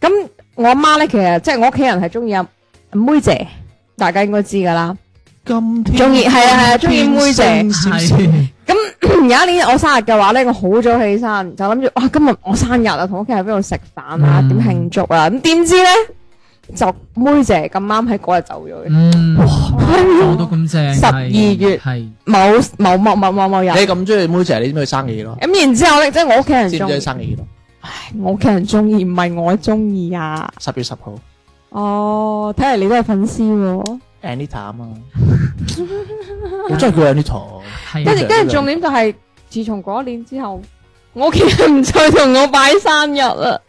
[SPEAKER 4] 咁我媽咧，其實即係我屋企人係中意阿妹姐，大家應該知㗎啦。
[SPEAKER 1] 今天
[SPEAKER 4] 中意係啊係啊，中意妹姐。
[SPEAKER 2] 係
[SPEAKER 4] 有一年我生日嘅話咧，我好早起身，就諗住哇，今日我生日啊，同屋企人喺邊度食飯啊，
[SPEAKER 2] 嗯
[SPEAKER 4] 點慶祝啊？咁點知咧就妹姐咁啱喺嗰日走咗嘅，
[SPEAKER 2] 嗯，講到咁正，
[SPEAKER 4] 12月
[SPEAKER 2] 係
[SPEAKER 4] 某某某某某某人
[SPEAKER 1] 你。咁中意妹姐，你知唔知佢生幾多？
[SPEAKER 4] 咁然之後咧，即係我屋企人
[SPEAKER 1] 知唔
[SPEAKER 4] 中
[SPEAKER 1] 知佢
[SPEAKER 4] 意。
[SPEAKER 1] 生幾多？
[SPEAKER 4] 我屋企人中意，唔係我中意啊！
[SPEAKER 1] 十月十號
[SPEAKER 4] 哦，睇嚟你都係粉絲喎、
[SPEAKER 1] ，Anita 啊嘛，我真係叫 Anita。
[SPEAKER 2] 係
[SPEAKER 4] 跟住
[SPEAKER 1] 跟住
[SPEAKER 4] 跟住重點就係、自從嗰一年之後，我屋企人唔再同我擺生日啦。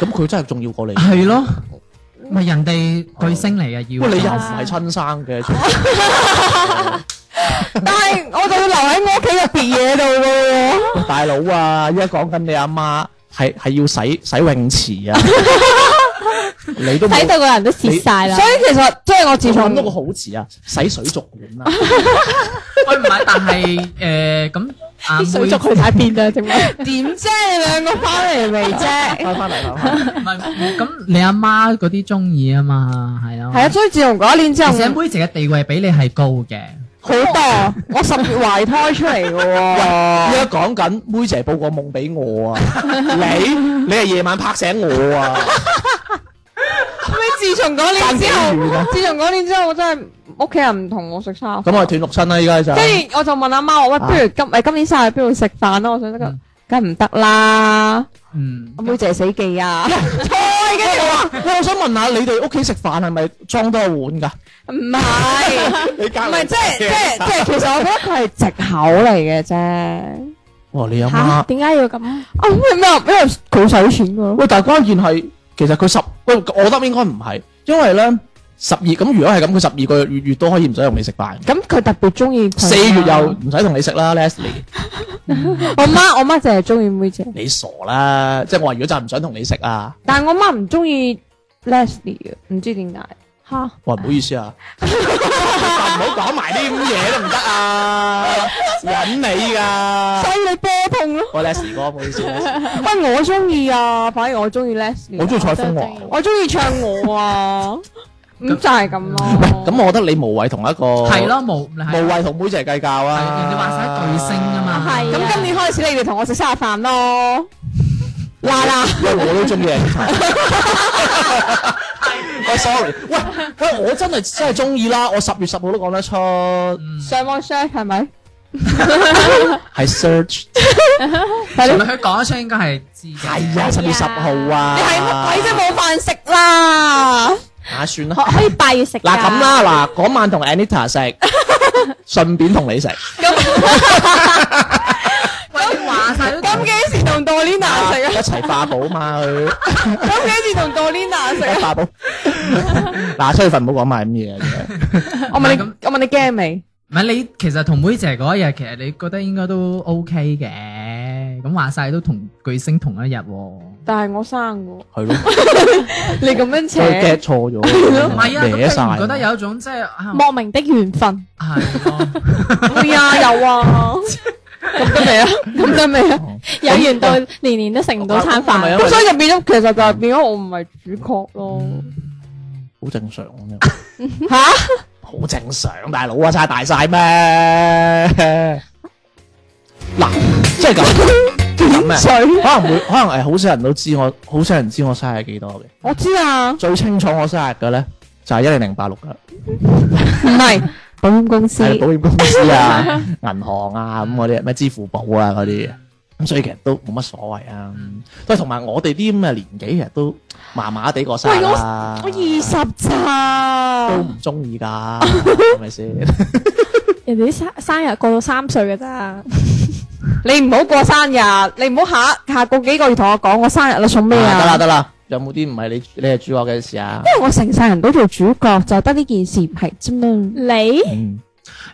[SPEAKER 1] 咁佢真係重要過你。
[SPEAKER 2] 係咯，咪人哋巨星嚟嘅要。
[SPEAKER 1] 喂，你又唔係親生嘅，
[SPEAKER 4] 但係我就要留喺我屋企嘅別嘢度嘅喎。
[SPEAKER 1] 大佬啊！依家講緊你阿媽係係要洗洗泳池啊，你都
[SPEAKER 6] 睇
[SPEAKER 1] 冇
[SPEAKER 6] 到個人都蝕晒啦
[SPEAKER 4] 所。以其實即係我自
[SPEAKER 1] 我揾到個
[SPEAKER 4] 從
[SPEAKER 1] 好字啊，洗水族館啊，
[SPEAKER 2] 喂，唔係，但係誒咁阿妹
[SPEAKER 6] 啲水族去晒邊啊？點解？
[SPEAKER 4] 點啫？你兩個翻嚟未 啫？
[SPEAKER 1] 翻翻嚟翻返嚟
[SPEAKER 2] 唔係咁，你阿媽嗰啲中意啊嘛，係咯。
[SPEAKER 4] 係啊，所以自從嗰一年之後
[SPEAKER 2] 而，且妹姐嘅地位比你係高嘅，
[SPEAKER 4] 好多我十月懷胎出嚟 嘅喎。
[SPEAKER 1] 哦依家講緊妹姐報個夢俾我啊，你你係夜晚拍醒我啊，
[SPEAKER 4] 自從嗰年之後，自從嗰年之後，我真係屋企人唔同我食生日飯。
[SPEAKER 1] 咁我係斷六親啦，依家就
[SPEAKER 4] 跟住我就問阿媽：我喂，
[SPEAKER 1] 啊
[SPEAKER 4] 不如今誒今年生日邊度食飯啦？我想得個，梗係唔得啦！
[SPEAKER 2] 嗯，
[SPEAKER 4] 阿妹姐死記啊！
[SPEAKER 1] 喂，跟住我話，喂，我想問下你哋屋企食飯係咪裝多個碗㗎？
[SPEAKER 4] 唔係，
[SPEAKER 1] 你隔
[SPEAKER 4] 唔
[SPEAKER 1] 離
[SPEAKER 4] 係，即係即係即係，其實我覺得佢係藉口嚟嘅啫。啊，
[SPEAKER 1] 哇！你阿媽
[SPEAKER 6] 吓？點解要咁？
[SPEAKER 4] 咩咩因為佢使錢㗎咯。
[SPEAKER 1] 喂，但係關鍵係其實佢十喂，我覺得應該唔係，因為咧十二咁如果係咁，佢十二個月月都可以唔使同你食飯。
[SPEAKER 4] 咁佢特別中意佢
[SPEAKER 1] 四月又唔使同你食啦，Leslie，
[SPEAKER 4] 我媽，我媽淨係中意妹姐，
[SPEAKER 1] 你傻啦！即係我話如果就係唔想同你食啊，
[SPEAKER 4] 但係我媽唔中意 Leslie 嘅，唔知點解嚇。
[SPEAKER 1] 我話唔好意思啊，唔好講埋啲咁嘢都唔得啊，忍你噶。
[SPEAKER 4] 所以你波痛咯。
[SPEAKER 1] 我 Leslie 哥，唔好意思，Leslie，
[SPEAKER 4] 喂，我中意啊，反而我中意 Leslie
[SPEAKER 1] 我。中意蔡風華。
[SPEAKER 4] 我中意唱我啊，咁就係咁
[SPEAKER 1] 喂
[SPEAKER 4] 咯。
[SPEAKER 1] 咁我覺得你無謂同一個
[SPEAKER 2] 係，啊咯，冇無
[SPEAKER 1] 無謂同妹姐計較
[SPEAKER 2] 係
[SPEAKER 1] 啊。
[SPEAKER 2] 人哋話晒巨星啊嘛，
[SPEAKER 6] 係
[SPEAKER 4] 咁今年開始你哋同我食生日飯咯，嗱嗱，
[SPEAKER 1] 喂，我都中意 Anita。喂，sorry，喂喂，我真係真係中意啦，我十月十號都講得出，
[SPEAKER 2] 嗯
[SPEAKER 4] 上網 search 係咪？
[SPEAKER 1] 係 search，
[SPEAKER 2] 同埋佢講得出應該係知嘅。
[SPEAKER 1] 係啊，十月十號啊，
[SPEAKER 4] 你係乜鬼啫？冇飯食啦！
[SPEAKER 1] 啊，算啦
[SPEAKER 6] 可。
[SPEAKER 2] 哦
[SPEAKER 6] 可以八月食㗎
[SPEAKER 1] 嗱咁，
[SPEAKER 2] 啊
[SPEAKER 1] 啦，嗱嗰晚同 Anita 食，順便同你食，
[SPEAKER 2] 喂，你話晒都
[SPEAKER 4] 咁幾時同 Dolina 食啊？
[SPEAKER 1] 一齊化寶嘛 佢，
[SPEAKER 2] 啊
[SPEAKER 4] 咁幾時同 Dolina 食啊？
[SPEAKER 1] 化寶。嗱，出去瞓唔好講埋咁嘢嘅。
[SPEAKER 4] 我問你，我問你驚未？
[SPEAKER 2] 唔唔係你其實同妹姐嗰一日，其實你覺得應該都 OK 嘅。咁話晒都同巨星同一日
[SPEAKER 1] 哦
[SPEAKER 2] 喎，唔
[SPEAKER 4] 但係我生嘅，
[SPEAKER 1] 係咯，
[SPEAKER 4] 你咁樣扯
[SPEAKER 1] 所以 get 錯咗，
[SPEAKER 2] 係啊，咁
[SPEAKER 1] 歪
[SPEAKER 2] 你唔
[SPEAKER 1] 晒。
[SPEAKER 2] 覺得有一種即係啊
[SPEAKER 6] 莫名的緣分，
[SPEAKER 2] 係咯，
[SPEAKER 4] 會啊有啊，咁得未啊？咁得未啊？
[SPEAKER 6] 有緣到年年都食唔到餐
[SPEAKER 1] 係咪
[SPEAKER 6] 飯，
[SPEAKER 1] 因為
[SPEAKER 4] 咁所啊以就變咗，其實就係變咗我唔係主角咯。
[SPEAKER 2] 嗯
[SPEAKER 1] 好正常咁 樣，
[SPEAKER 4] 吓，
[SPEAKER 1] 好正常，大佬啊，差大 晒咩？嗱，即係咁，即係咁嘅，
[SPEAKER 4] 水
[SPEAKER 1] 可能會，可能誒，好少人都知我，好少人知我生日幾多嘅。
[SPEAKER 4] 我知啊，
[SPEAKER 1] 最清楚我生日嘅咧，就係一零零八六啦，
[SPEAKER 4] 唔係保險公司
[SPEAKER 1] 係保險公 司啊、銀行啊咁嗰啲，咩支付寶啊嗰啲，咁所以其實都冇乜所謂啊。都係同埋我哋啲咁嘅年紀，其實都麻麻地過生日啦，
[SPEAKER 4] 我二十
[SPEAKER 1] 都
[SPEAKER 4] 咋？
[SPEAKER 1] 唔中意㗎，係咪先？
[SPEAKER 6] 人哋啲生生日過到三歲嘅咋，
[SPEAKER 4] 你唔好過生日，你唔好下下個幾個月同我講我生日啦，送咩
[SPEAKER 1] 啊得
[SPEAKER 4] 啊
[SPEAKER 1] 啦？得啦，有冇啲唔係你你係主角嘅事啊？
[SPEAKER 4] 因為我成世人都做主角，就得呢件事唔係啫 嘛。
[SPEAKER 6] 你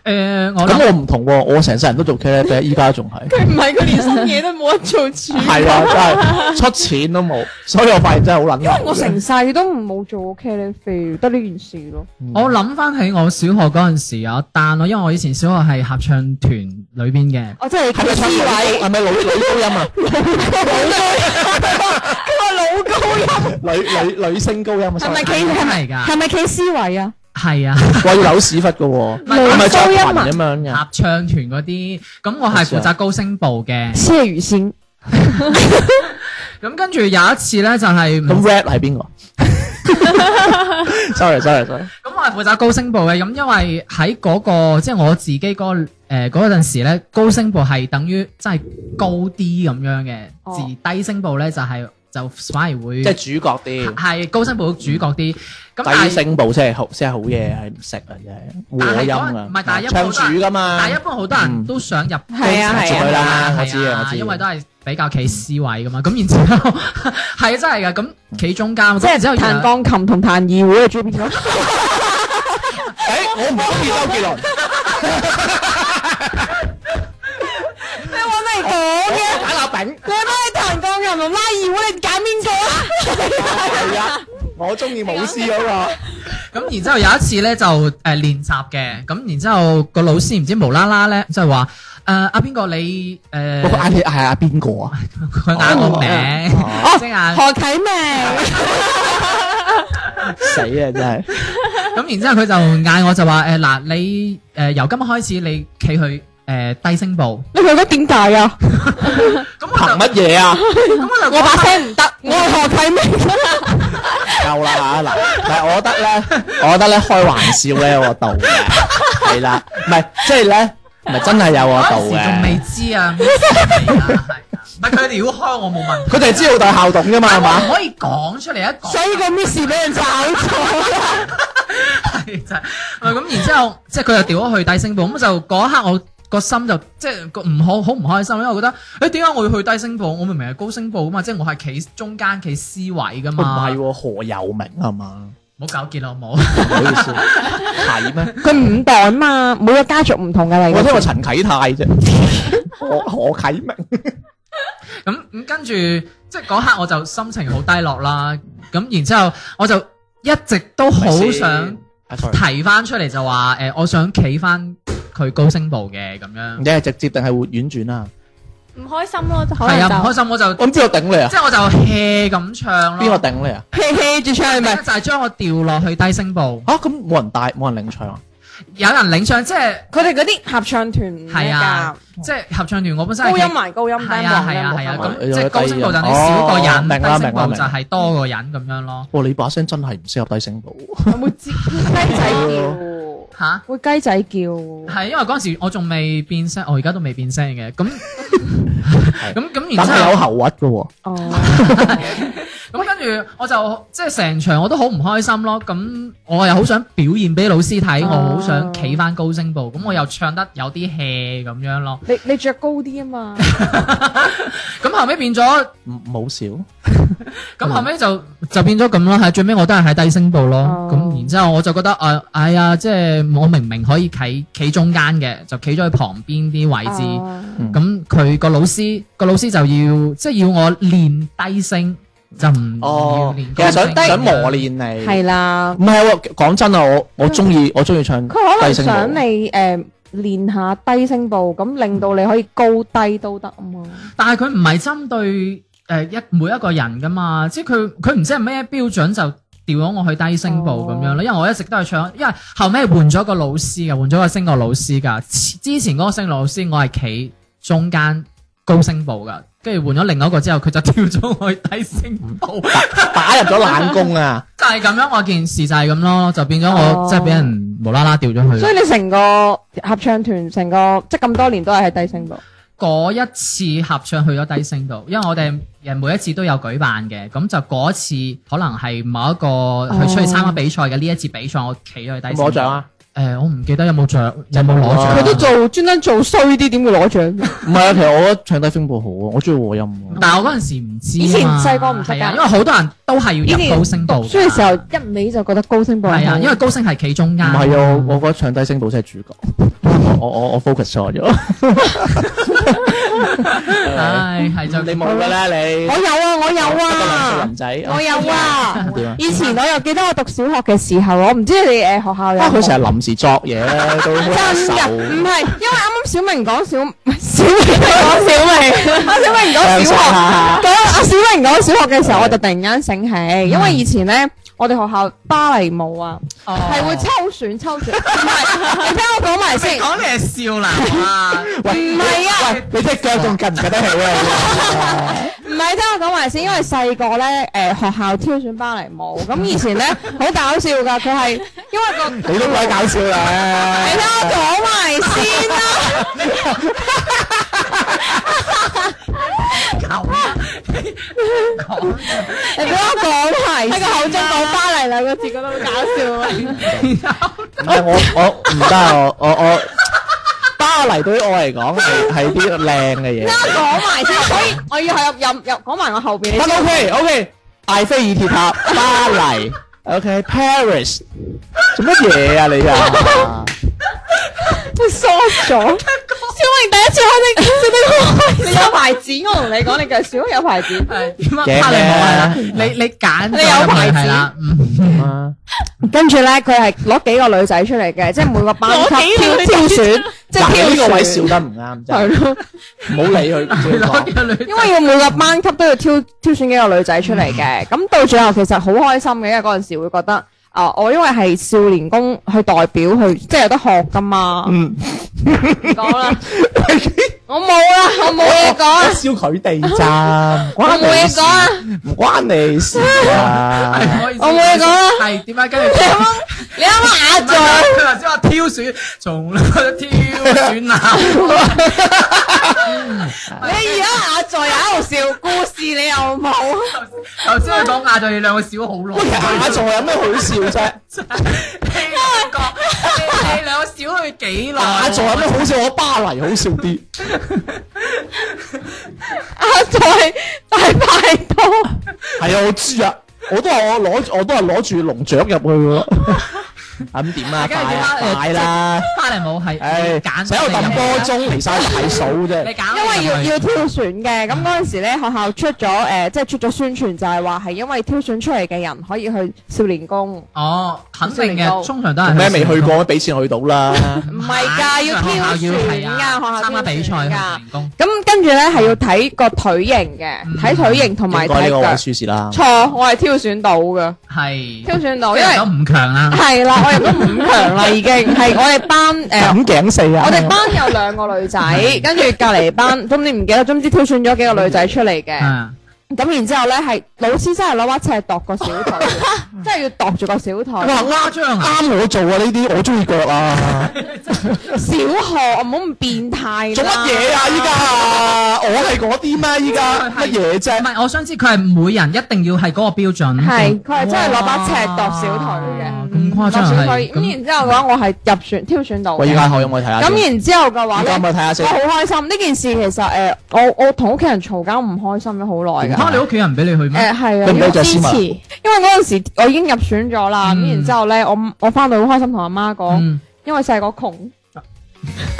[SPEAKER 1] 嗯，
[SPEAKER 2] 誒我
[SPEAKER 1] 咁
[SPEAKER 2] 諗
[SPEAKER 1] 我唔同喎，我成世人都做茄喱啡，依家仲係。
[SPEAKER 4] 唔係佢連新嘢都冇得做主，
[SPEAKER 1] 係啊，真係出錢都冇，所以我發現真係好撚難。
[SPEAKER 4] 我成世都冇做過茄喱啡，得呢件事咯。
[SPEAKER 2] 我諗翻起我小學嗰陣時有一單咯，因為我以前小學係合唱團裏邊嘅。
[SPEAKER 1] 哦
[SPEAKER 4] 我真係
[SPEAKER 1] 係咪唱女係咪女女高音啊？
[SPEAKER 4] 佢個老高音，
[SPEAKER 1] 女女女聲高音啊？
[SPEAKER 4] 係咪企
[SPEAKER 2] 真
[SPEAKER 4] 係咪
[SPEAKER 2] 係㗎，
[SPEAKER 4] 係咪企思維啊？
[SPEAKER 2] 係啊，
[SPEAKER 1] 我要扭屎忽嘅喎，係咪着裙咁樣嘅？
[SPEAKER 2] 合唱團嗰啲，咁我係
[SPEAKER 1] 啊
[SPEAKER 2] 負責高聲部嘅。
[SPEAKER 4] 謝如先，
[SPEAKER 2] 咁跟住有一次咧，就係唔
[SPEAKER 1] 咁 red 係邊個？sorry sorry sorry，
[SPEAKER 2] 咁我係負責高聲部嘅，咁因為喺嗰、個即係我自己嗰、個誒嗰陣時咧，高聲部係等於真係高啲咁樣嘅，
[SPEAKER 4] 哦
[SPEAKER 2] 而低聲部咧就係、就反而會
[SPEAKER 1] 即係主角啲
[SPEAKER 2] 係高聲部主角啲。咁但
[SPEAKER 1] 低
[SPEAKER 2] 係
[SPEAKER 1] 聲部先係好先係好嘢，係唔識啊真係和音啊，
[SPEAKER 2] 唔係但係一
[SPEAKER 1] 唱
[SPEAKER 2] 般
[SPEAKER 1] 主㗎嘛，
[SPEAKER 2] 但係一般好多人都想入高聲
[SPEAKER 4] 係啊係啊
[SPEAKER 2] 部
[SPEAKER 1] 係啊嗯我
[SPEAKER 2] 係
[SPEAKER 1] 知啊我知
[SPEAKER 2] 因為都係比較企 C 位噶嘛。咁然之後 係啊真係噶，咁企中間，
[SPEAKER 4] 即係
[SPEAKER 2] 咁然之後原
[SPEAKER 4] 彈
[SPEAKER 2] 來
[SPEAKER 4] 鋼琴同彈二胡嘅主角。
[SPEAKER 1] 誒我唔中意周杰倫，
[SPEAKER 4] 你揾嚟講嘅。
[SPEAKER 1] 打下餅
[SPEAKER 4] 你幫你彈鋼琴同拉二胡，你揀 邊個啊？
[SPEAKER 1] 係啊，我中意舞獅嗰個。
[SPEAKER 2] 咁然之後有一次咧就誒、呃、練習嘅，咁然之後個老師唔知無啦啦咧就係話誒阿邊個你誒
[SPEAKER 1] 我嗌你嗌阿邊個啊？
[SPEAKER 2] 佢嗌我名，即係嗌
[SPEAKER 4] 何啟明，
[SPEAKER 1] 死啊！真係
[SPEAKER 2] 咁然之後佢就嗌我就話誒嗱你誒、呃由今日開始你企去誒、呃低聲部，
[SPEAKER 4] 你覺得點解啊？
[SPEAKER 2] 咁我
[SPEAKER 1] 憑
[SPEAKER 2] 就
[SPEAKER 1] 乜嘢啊？
[SPEAKER 2] 咁我就
[SPEAKER 4] 我把聲唔得，我係何啟明。
[SPEAKER 1] 夠啦嚇啊嗱，但係我覺得咧，我覺得咧開玩笑咧有個度嘅，係啦，唔係即係咧，唔係真係有個
[SPEAKER 2] 嗰陣
[SPEAKER 1] 度
[SPEAKER 2] 時仲未
[SPEAKER 1] 嘅。
[SPEAKER 2] 知啊，咩事嚟啊係啊唔係佢哋要開我冇問題，
[SPEAKER 1] 佢哋係知道大校董㗎嘛，係
[SPEAKER 2] 我唔
[SPEAKER 1] 嘛？
[SPEAKER 2] 可以講出嚟一講。
[SPEAKER 4] 所以個 Miss 俾人炒咗啦。
[SPEAKER 2] 係真係啊咁然之後，即係佢又調咗去低聲部，咁就嗰一刻我個心就即係個唔好好唔開心，因為我覺得誒點解我要去低聲部？我明明係高聲部噶嘛，即係我係企中間企 C 位噶
[SPEAKER 1] 哦唔
[SPEAKER 2] 嘛。
[SPEAKER 1] 係喎，何佑明係嘛？
[SPEAKER 2] 唔好糾結啦，好冇。
[SPEAKER 1] 唔好意思，係咩？
[SPEAKER 4] 佢五代啊嘛，每個家族唔同嘅嚟
[SPEAKER 1] 我聽
[SPEAKER 4] 嘅。
[SPEAKER 1] 過陳啟泰啫，何何啟明
[SPEAKER 2] 咁咁跟住，即係嗰刻我就心情好低落啦。咁然之後，我就一直都好想
[SPEAKER 1] 啊，sorry，
[SPEAKER 2] 提翻出嚟，就話誒、我想企翻佢高聲部嘅咁樣
[SPEAKER 1] 你。係直接定係會婉轉啊？
[SPEAKER 6] 唔開心咯，可
[SPEAKER 2] 係
[SPEAKER 6] 能
[SPEAKER 2] 啊，唔開
[SPEAKER 6] 就
[SPEAKER 2] 心我就
[SPEAKER 1] 我唔知我頂你啊
[SPEAKER 2] 即，係我就 hea 咁唱咯。
[SPEAKER 1] 邊個頂你啊？
[SPEAKER 4] 嘿嘿住唱係咪？
[SPEAKER 2] 就係將我掉落去低聲部，
[SPEAKER 1] 嚇啊咁冇人帶，冇人領唱啊？
[SPEAKER 2] 有人領唱，即係
[SPEAKER 4] 佢哋嗰啲合唱團唔
[SPEAKER 2] 係啊，即係合唱團我本身係
[SPEAKER 4] 高音埋高音，
[SPEAKER 2] 係啊係啊係啊，
[SPEAKER 1] 冇
[SPEAKER 2] 咁
[SPEAKER 1] 冇
[SPEAKER 2] 即係高聲部就你
[SPEAKER 1] 哦
[SPEAKER 2] 少個人，
[SPEAKER 1] 明啦
[SPEAKER 2] 低聲
[SPEAKER 1] 明啦
[SPEAKER 2] 部
[SPEAKER 1] 明
[SPEAKER 2] 就
[SPEAKER 1] 啦
[SPEAKER 2] 係多個人咁樣咯。
[SPEAKER 1] 哇！你把聲真係唔適合低聲部，
[SPEAKER 4] 咁會雞仔
[SPEAKER 2] 吓，
[SPEAKER 4] 叫， 會雞仔叫。
[SPEAKER 2] 係因為嗰陣時我仲未變聲，我而家都未變聲 嘅。咁咁咁，
[SPEAKER 1] 但
[SPEAKER 2] 然之
[SPEAKER 1] 係有
[SPEAKER 2] 後
[SPEAKER 1] 喉核嘅喎。
[SPEAKER 4] 哦，
[SPEAKER 2] 咁跟住我就即係成場我都好唔開心咯。咁我又好想表現俾老師睇，我好想企翻高聲部，咁我又唱得有啲 hea 咁樣咯。
[SPEAKER 4] 你你着高啲啊嘛，
[SPEAKER 2] 咁後尾變咗，
[SPEAKER 1] 唔冇笑。
[SPEAKER 2] 咁後尾就就變咗咁咯。係最尾我都係喺低聲部咯。咁、然之後我就覺得啊，哎呀，即係我明明可以企企中間嘅，就企咗喺旁邊啲位置。
[SPEAKER 4] 哦
[SPEAKER 1] 嗯
[SPEAKER 2] 咁佢個老師個老師就要即係要我練低聲，就唔要
[SPEAKER 1] 哦，
[SPEAKER 4] 嗯
[SPEAKER 2] 練
[SPEAKER 1] 其
[SPEAKER 2] 高
[SPEAKER 1] 實
[SPEAKER 2] 聲
[SPEAKER 1] 想想磨練你。
[SPEAKER 4] 係啦，
[SPEAKER 1] 唔係喎，講真啊，我我 中意我中意唱
[SPEAKER 4] 佢可
[SPEAKER 1] 低
[SPEAKER 4] 能
[SPEAKER 1] 聲
[SPEAKER 4] 想
[SPEAKER 1] 部。
[SPEAKER 4] 你誒練下低聲部，咁令到你可以高低都得啊嘛。
[SPEAKER 2] 但係佢唔係針對誒一每一個人噶嘛，即係佢佢唔知係咩標準就調咗我去低聲部咁樣咯。因為我一直都係唱，因為後尾換咗個老師嘅，換咗個聲樂老師噶。之前嗰個聲樂老師我係企中間高聲部噶，跟住換咗另外一個之後，佢就調咗我去低聲部，
[SPEAKER 1] 打入咗冷宮 啊！
[SPEAKER 2] 就係咁樣。我件事就係咁咯，就變咗
[SPEAKER 4] 哦
[SPEAKER 2] 我即係俾人無啦啦調咗去
[SPEAKER 4] 所。以你成個合唱團，成個即係咁多年都係喺低聲部。
[SPEAKER 2] 嗰一次合唱去咗低聲度，因為我哋誒每一次都有舉辦嘅，咁就嗰一次可能係某一個去出去參加比賽嘅呢一次比賽，我企咗去低聲。
[SPEAKER 1] 攞獎！啊！
[SPEAKER 2] 誒、我唔記得有冇獎，有冇攞獎？
[SPEAKER 4] 佢都做專登做衰啲，點會攞 獎？
[SPEAKER 1] 唔係啊，其實我覺得唱低聲部好啊，我中意和音喎。
[SPEAKER 4] 嗯
[SPEAKER 2] 但係我嗰陣時唔知
[SPEAKER 4] 以前
[SPEAKER 2] 啊嘛
[SPEAKER 4] 細個唔識㗎
[SPEAKER 2] 係啊，因為好多人都係要入高聲部
[SPEAKER 4] 讀
[SPEAKER 2] 㗎。
[SPEAKER 4] 書嘅時候一味就覺得高聲部
[SPEAKER 2] 係
[SPEAKER 4] 好
[SPEAKER 2] 啊，因為高聲係企中
[SPEAKER 1] 唔
[SPEAKER 2] 間。
[SPEAKER 1] 係啊，我我覺得唱低聲部先係主角。 我我我我 focus 錯咗。
[SPEAKER 2] 唉，係就
[SPEAKER 1] 你冇 㗎啦，你
[SPEAKER 4] 我有啊，我有
[SPEAKER 1] 得個兩歲
[SPEAKER 4] 啊
[SPEAKER 1] 人，仔。
[SPEAKER 4] 我有啊。
[SPEAKER 1] 點啊？
[SPEAKER 4] 以前我又記得我讀小學嘅時候，我唔知你哋誒學校有
[SPEAKER 1] 啊！
[SPEAKER 4] 冇
[SPEAKER 1] 佢成日臨時作嘢，都好
[SPEAKER 4] 真㗎，唔
[SPEAKER 1] 愁。
[SPEAKER 4] 係，因為啱啱小明講小 小明講小明，阿小明講小學，講阿小明講小學嘅時候，我就突然間醒起，因為以前咧，我哋學校芭蕾舞啊，係會抽選抽選，唔係，你聽我講埋先，
[SPEAKER 2] 講你係笑男 啊！
[SPEAKER 4] 唔係啊。
[SPEAKER 1] 你隻腳仲近唔近得起啊？
[SPEAKER 4] 唔係，聽我講埋先，因為細個咧，誒、學校挑選芭蕾舞，咁以前咧好搞笑㗎，佢係因為個
[SPEAKER 1] 你都鬼搞笑啦！
[SPEAKER 4] 你聽我講埋先啦，你俾我講埋喺個口中講芭蕾兩個字，覺得好搞笑啊！
[SPEAKER 1] 唔係我我唔得啊！我我我巴黎對於我嚟講係係啲靚嘅嘢
[SPEAKER 4] 聽。我講埋先，所以我要係入入入講埋我後邊。
[SPEAKER 1] 但 OK OK，艾菲爾鐵塔、巴黎、OK Paris，做乜嘢啊你啊？
[SPEAKER 4] 會疏咗。小明第一次開你，你有牌子，我同你講，你嘅小學有牌子。
[SPEAKER 2] 點啊？
[SPEAKER 1] 贏
[SPEAKER 2] 拍你冇係啦，
[SPEAKER 1] 嘅
[SPEAKER 2] 你你揀
[SPEAKER 4] 你有牌子
[SPEAKER 2] 係啦，嗯
[SPEAKER 1] 啊
[SPEAKER 4] 跟住咧，佢係攞幾個女仔出嚟嘅，即係每個班級挑挑選，即係挑
[SPEAKER 1] 嗱你呢個位笑
[SPEAKER 4] 選。
[SPEAKER 1] 得唔啱，真
[SPEAKER 4] 係
[SPEAKER 1] 係
[SPEAKER 4] 咯，
[SPEAKER 1] 唔好理佢佢
[SPEAKER 2] 攞
[SPEAKER 1] 講。
[SPEAKER 2] 幾個女
[SPEAKER 4] 因為要每個班級都要挑挑選幾個女仔出嚟嘅，咁到最後其實好開心嘅，因為嗰陣時會覺得，啊、我因為係少年宮去代表去，即係有得學噶嘛。
[SPEAKER 1] 嗯，
[SPEAKER 4] 唔講 啦，我冇啦，我冇嘢講
[SPEAKER 1] 我
[SPEAKER 4] 啊，
[SPEAKER 1] 笑佢哋咋，唔
[SPEAKER 4] 我
[SPEAKER 1] 關
[SPEAKER 4] 冇嘢
[SPEAKER 1] 你事
[SPEAKER 4] 講，啊，
[SPEAKER 1] 唔關你事啊！
[SPEAKER 4] 我
[SPEAKER 2] 我
[SPEAKER 4] 冇嘢講啦
[SPEAKER 2] 係點解跟住？
[SPEAKER 4] 你啱啱啞
[SPEAKER 2] 唔係
[SPEAKER 4] 咗。
[SPEAKER 2] 佢頭先話挑選，從來都挑選啊！
[SPEAKER 4] 你而家阿在又喺度笑，故事你又 冇，
[SPEAKER 2] 頭先佢講亞裔兩個笑好耐，
[SPEAKER 1] 下座有咩好笑啫？
[SPEAKER 2] 你兩個你你兩個笑佢幾
[SPEAKER 1] 下
[SPEAKER 2] 耐？
[SPEAKER 1] 座有咩好笑？我巴黎好笑啲。
[SPEAKER 4] 阿啊在大排檔，
[SPEAKER 1] 係啊，我知啊，我都係我攞，我都係攞住龍雀入去咯。咁點啊？
[SPEAKER 2] 跟
[SPEAKER 1] 快
[SPEAKER 2] 住點
[SPEAKER 1] 啊
[SPEAKER 2] 啊誒
[SPEAKER 1] 快啦！
[SPEAKER 2] 芭蕾舞係
[SPEAKER 1] 唉，
[SPEAKER 2] 揀
[SPEAKER 1] 使我抌波
[SPEAKER 2] 你
[SPEAKER 1] 鐘嚟晒大嫂
[SPEAKER 2] 入
[SPEAKER 1] 啫。
[SPEAKER 2] 去，你揀
[SPEAKER 4] 因為要
[SPEAKER 2] 你入
[SPEAKER 4] 要
[SPEAKER 2] 去
[SPEAKER 4] 挑選嘅，咁嗰陣時咧學校出咗誒、呃即係出咗宣傳，就係話係因為挑選出嚟嘅人可以去少年宮，唔
[SPEAKER 2] 哦，肯定
[SPEAKER 4] 少年
[SPEAKER 2] 嘅，
[SPEAKER 4] 宮
[SPEAKER 2] 通常都係
[SPEAKER 1] 做咩未去
[SPEAKER 2] 過？
[SPEAKER 1] 過？俾錢去到啦。
[SPEAKER 4] 係㗎，啊要挑
[SPEAKER 2] 學校要
[SPEAKER 4] 選
[SPEAKER 2] 係
[SPEAKER 4] 㗎，
[SPEAKER 2] 啊
[SPEAKER 4] 學校
[SPEAKER 2] 參加比賽
[SPEAKER 4] 挑選
[SPEAKER 2] 係
[SPEAKER 4] 㗎。
[SPEAKER 2] 成功。
[SPEAKER 4] 咁跟住咧係要睇個腿型嘅，睇腿型同埋
[SPEAKER 1] 應該呢
[SPEAKER 4] 睇
[SPEAKER 1] 個位
[SPEAKER 4] 腳。
[SPEAKER 1] 輸蝕啦。
[SPEAKER 4] 錯，我係挑選到嘅，
[SPEAKER 2] 係
[SPEAKER 4] 挑選到，因為
[SPEAKER 2] 都唔強啦。
[SPEAKER 4] 係 啦，我入咗五強啦，已經係我哋班 誒。呃
[SPEAKER 1] 咁頸四啊！
[SPEAKER 4] 我哋班有兩個女仔，跟住隔離班，總之唔記得，總之挑選咗幾個女仔出嚟嘅。
[SPEAKER 2] 啊
[SPEAKER 4] 咁然之後咧，係老師真係攞把尺度個小腿， 真係要度住個小腿。
[SPEAKER 1] 哇，
[SPEAKER 2] 誇張啊！
[SPEAKER 1] 啱我做啊！呢啲我中意腳啊！
[SPEAKER 4] 小學唔好咁變態啦
[SPEAKER 1] 做乜嘢啊？依家啊我係嗰啲咩？依家乜嘢
[SPEAKER 2] 唔
[SPEAKER 1] 啫？
[SPEAKER 2] 係，我想知佢係每人一定要係嗰個標準。
[SPEAKER 1] 嗯
[SPEAKER 4] 係，佢係真係攞把尺度小腿嘅，
[SPEAKER 2] 咁
[SPEAKER 4] 度
[SPEAKER 2] 誇張
[SPEAKER 4] 小
[SPEAKER 2] 係
[SPEAKER 4] 腿。咁
[SPEAKER 2] 咁
[SPEAKER 4] 然之後嘅話，我係入選挑選到嘅。
[SPEAKER 1] 啊喂，依家可以唔可以睇下先？
[SPEAKER 4] 咁然之後嘅話
[SPEAKER 1] 依家可唔可
[SPEAKER 4] 咧
[SPEAKER 1] 以睇。下先
[SPEAKER 4] 我？好開心呢件事，其實誒、呃我我同屋企人嘈交唔開心咗好耐
[SPEAKER 2] 嚇
[SPEAKER 1] 啊
[SPEAKER 4] 㗎。
[SPEAKER 2] 你屋企人唔俾你去
[SPEAKER 4] 誒
[SPEAKER 2] 咩？
[SPEAKER 4] 係啊，
[SPEAKER 1] 你唔
[SPEAKER 4] 因
[SPEAKER 1] 俾
[SPEAKER 4] 為
[SPEAKER 1] 着絲襪？
[SPEAKER 4] 因為嗰陣時我已經入選咗啦，咁、
[SPEAKER 2] 嗯
[SPEAKER 4] 然之後咧，我我翻到好開心同阿媽講，
[SPEAKER 2] 嗯
[SPEAKER 4] 因為細個窮。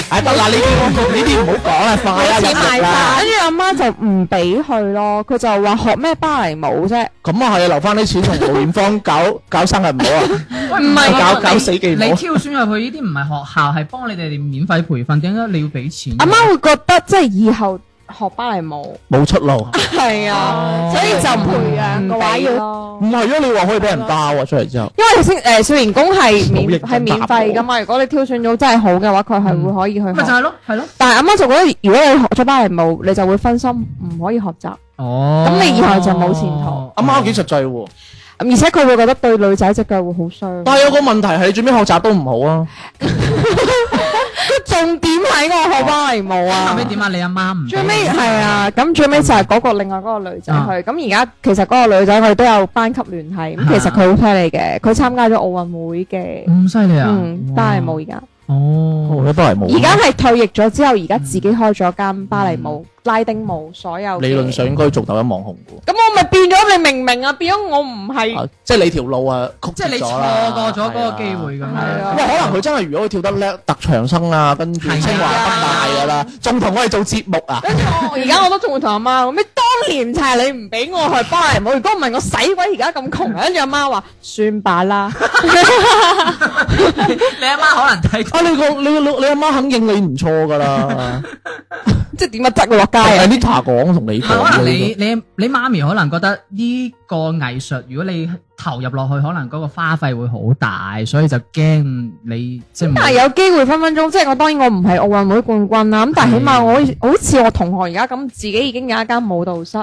[SPEAKER 1] 哎，得啦，呢啲呢啲唔好講啦，快啦，入嚟啦。
[SPEAKER 4] 跟住阿媽就唔俾佢咯，佢就話學咩芭蕾舞啫，
[SPEAKER 1] 咁啊係，留翻啲錢同梅艷芳搞搞生日唔好 啊！
[SPEAKER 2] 喂唔
[SPEAKER 1] 搞搞死記唔好
[SPEAKER 2] 你挑選入去呢啲唔係學校，係幫你哋免費培訓，點解你要俾錢？
[SPEAKER 4] 阿媽會覺得即係以後學芭蕾舞
[SPEAKER 1] 冇出路，
[SPEAKER 4] 係啊，所以就培養嘅話要咯。
[SPEAKER 1] 唔係啊！你話可以俾人包啊，出嚟之後，
[SPEAKER 4] 因為先誒少年宮係免
[SPEAKER 1] 好認真答我
[SPEAKER 4] 係免費噶嘛，如果你挑選咗真係好嘅話，佢係會可以
[SPEAKER 2] 咪
[SPEAKER 4] 去
[SPEAKER 2] 就
[SPEAKER 4] 學。
[SPEAKER 2] 係咯，係咯。
[SPEAKER 4] 但係阿媽就覺得，如果你學咗芭蕾舞，你就會分心，唔可以學習，
[SPEAKER 2] 哦
[SPEAKER 4] 咁你以後就冇前途
[SPEAKER 1] 阿媽幾實際喎。
[SPEAKER 4] 而且佢會覺得對女仔隻腳會好傷。
[SPEAKER 1] 嗯但係有個問題係，你最尾學習都唔好啊！
[SPEAKER 4] 重點喺我學芭蕾舞
[SPEAKER 2] 後
[SPEAKER 4] 啊
[SPEAKER 2] 尾！點啊？你阿媽唔俾
[SPEAKER 4] 最
[SPEAKER 1] 嗯
[SPEAKER 4] 尾係啊，咁最尾就係嗰個另外嗰個女仔
[SPEAKER 2] 啊
[SPEAKER 4] 去，咁而家其實嗰個女仔我哋都有班級聯繫，
[SPEAKER 1] 啊
[SPEAKER 4] 咁其實佢好犀利嘅，佢參加咗奧運會嘅，
[SPEAKER 2] 咁犀利啊！
[SPEAKER 4] 嗯，芭蕾舞而家，
[SPEAKER 2] 哦，
[SPEAKER 1] 都係冇。
[SPEAKER 4] 而家係退役咗之後，而家自己開咗間芭蕾舞、拉丁舞所有嘅
[SPEAKER 1] 嗯理論上，應該做到一網紅嘅
[SPEAKER 4] 咁我咪變咗你明唔明啊？變咗我唔係
[SPEAKER 1] 喎，啊即係你條路啊曲
[SPEAKER 2] 即係你
[SPEAKER 1] 折咗啦
[SPEAKER 2] 錯過咗嗰個機。會
[SPEAKER 4] 係
[SPEAKER 1] 係
[SPEAKER 2] 咁樣。
[SPEAKER 1] 啊
[SPEAKER 4] 啊，
[SPEAKER 1] 喂，可能佢真係如果佢跳得叻，特長生啊，跟住
[SPEAKER 2] 係啊
[SPEAKER 1] 清華北大噶啦，仲同我哋做節目 啊！
[SPEAKER 4] 跟住我而家我都仲會同阿媽講咩？當年就係你唔俾我去芭蕾舞，如果唔係我使鬼而家咁窮啊！跟住阿媽話：算吧 啦。
[SPEAKER 2] 你阿媽可能睇過
[SPEAKER 1] 啊，你個你個老你阿媽肯認你唔錯噶啦，
[SPEAKER 4] 即係點啊？執佢落街
[SPEAKER 1] 係
[SPEAKER 4] 啊！
[SPEAKER 1] Anita 講同你
[SPEAKER 2] 唔係可
[SPEAKER 1] 講
[SPEAKER 2] 能你你你媽咪可能覺得呢個藝術，如果你投入落去，可能嗰個花費會好大，所以就驚你即係唔
[SPEAKER 4] 但係有機會分分鐘，即係我當然我唔係奧運會冠軍啦，咁但係起碼我可以好似我同學而家咁，自己已經有一間舞蹈室，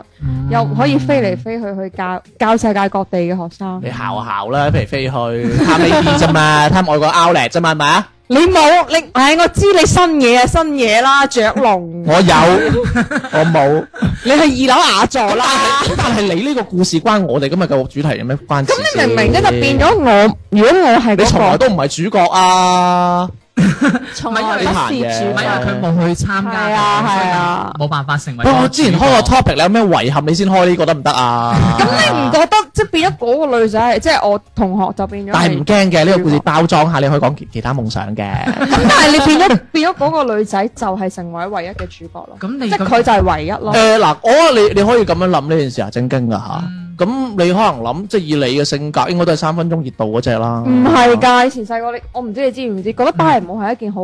[SPEAKER 4] 又可以飛嚟飛去去教教世界各地嘅學生。
[SPEAKER 1] 你姣姣啦，飛嚟飛去貪呢啲啫嘛，貪外國 outlet 啫嘛，係咪啊？
[SPEAKER 4] 你冇你，唉，我知你新嘢啊，新嘢啦，雀龍，
[SPEAKER 1] 我有，我冇。
[SPEAKER 4] 你係二樓雅座 啦。
[SPEAKER 1] 但係你呢個故事關我哋今日嘅主題有咩關？
[SPEAKER 4] 咁你明唔明咧？就變。咗我，如果我係
[SPEAKER 1] 你從來
[SPEAKER 4] 嗰個，
[SPEAKER 1] 都唔係主角啊！
[SPEAKER 4] 從
[SPEAKER 2] 來
[SPEAKER 4] 來
[SPEAKER 2] 不
[SPEAKER 4] 不
[SPEAKER 2] 是
[SPEAKER 1] 主角
[SPEAKER 4] 是
[SPEAKER 2] 唔
[SPEAKER 4] 主
[SPEAKER 2] 係因為佢
[SPEAKER 4] 角。
[SPEAKER 2] 冇去參加，
[SPEAKER 4] 係啊係啊
[SPEAKER 2] 冇辦法成為。
[SPEAKER 1] 喂，我之前開個 topic，你有咩遺憾？你先開呢個得唔得啊？
[SPEAKER 4] 咁你唔覺得即係變咗嗰個女仔係，即係我同學就變咗
[SPEAKER 1] 但係
[SPEAKER 4] 係
[SPEAKER 1] 唔驚嘅，呢個故事包裝下，你可以講其其他夢想嘅。
[SPEAKER 4] 咁但係你變咗 變咗嗰個女仔就係成為唯一嘅主角咯，
[SPEAKER 2] 咁
[SPEAKER 4] 即
[SPEAKER 2] 你
[SPEAKER 4] 係佢就係唯一咯。
[SPEAKER 1] 誒嗱，我覺得你你可以咁樣諗呢件事啊，正經噶嚇。咁你可能諗，即係以你嘅性格，應該都係三分鐘熱度嗰只啦。
[SPEAKER 4] 唔係㗎，以前細個你，我唔知你知唔知，覺得芭蕾舞係一件好，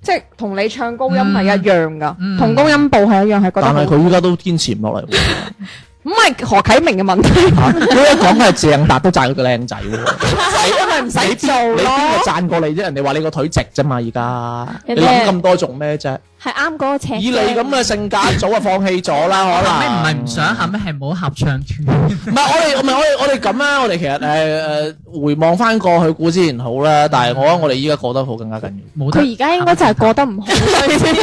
[SPEAKER 4] 即係同你唱高音係一樣㗎，
[SPEAKER 2] 嗯
[SPEAKER 4] 同高音部係一樣，係覺得
[SPEAKER 1] 但
[SPEAKER 4] 好
[SPEAKER 1] 係。佢依家都堅持唔落嚟喎。
[SPEAKER 4] 唔係何啟明嘅問題，
[SPEAKER 1] 嚇 佢一講係鄭達都讚佢個靚 仔喎。
[SPEAKER 4] 因為唔使做
[SPEAKER 1] 你邊
[SPEAKER 4] 咯。
[SPEAKER 1] 個讚過你啫？人哋話你個腿直啫嘛，而家你
[SPEAKER 6] 人哋
[SPEAKER 1] 諗咁多做咩啫？
[SPEAKER 6] 係啱嗰個尺啫。
[SPEAKER 1] 以你咁嘅性格，早就放棄咗啦， 可
[SPEAKER 2] 後尾唔
[SPEAKER 1] 能。
[SPEAKER 2] 係唔
[SPEAKER 4] 嗯
[SPEAKER 2] 想，後尾係冇合唱團。
[SPEAKER 1] 唔係我哋，唔係我哋，我哋咁啦。我哋其實誒誒，回望翻過去古之前好啦，但係我覺得我哋依家過得好更加緊要。
[SPEAKER 2] 冇得
[SPEAKER 6] 佢而家應該就係過得唔好，所以先
[SPEAKER 1] 得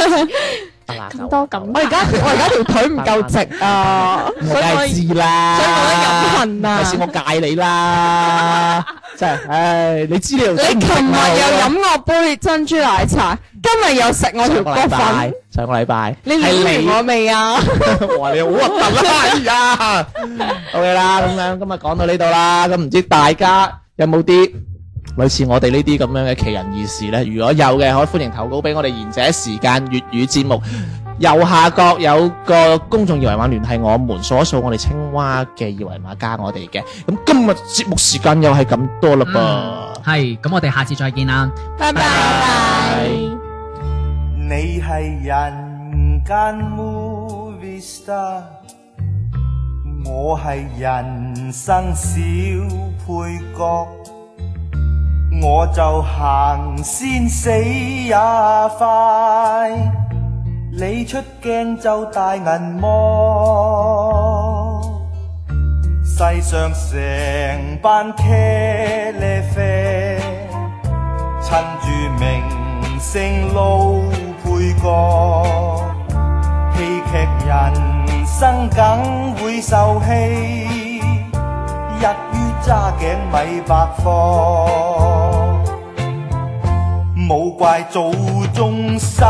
[SPEAKER 1] 啦
[SPEAKER 6] 咁多
[SPEAKER 4] 我
[SPEAKER 6] 咁。
[SPEAKER 4] 而家我而家條腿唔夠直啊，
[SPEAKER 1] 我梗係知啦，
[SPEAKER 4] 所以我都忍恨啊
[SPEAKER 1] 咪先我戒你啦，真係，唉，你知你又
[SPEAKER 4] 你琴日又飲我杯珍珠奶茶，今日又食我條
[SPEAKER 1] 上個禮
[SPEAKER 4] 骨
[SPEAKER 1] 拜
[SPEAKER 4] 粉，，
[SPEAKER 1] 上個禮拜
[SPEAKER 4] 你
[SPEAKER 1] 係
[SPEAKER 4] 撩完我未啊？
[SPEAKER 1] 哇！你好核突啦，哎呀，OK 啦，咁樣今日講到呢度啦，咁唔知大家有冇啲類似我哋呢啲咁樣嘅奇人異事呢？如果有嘅，可以歡迎投稿俾我哋賢者時間粵語節目。右下角有個公眾二維碼聯繫我們，掃一掃我哋青蛙嘅二維碼加我哋嘅。咁今日節目時間又係咁多啦噃。
[SPEAKER 2] 係，咁我哋下次再見啦。
[SPEAKER 4] 拜拜。
[SPEAKER 7] 你係人間 movie star，我係人生小配角，我就行先死也快，你出鏡就大銀幕。世上成班茄喱啡，趁住明星撈配角，戲劇人生梗會受氣，日於揸頸米百貨。冇怪祖宗生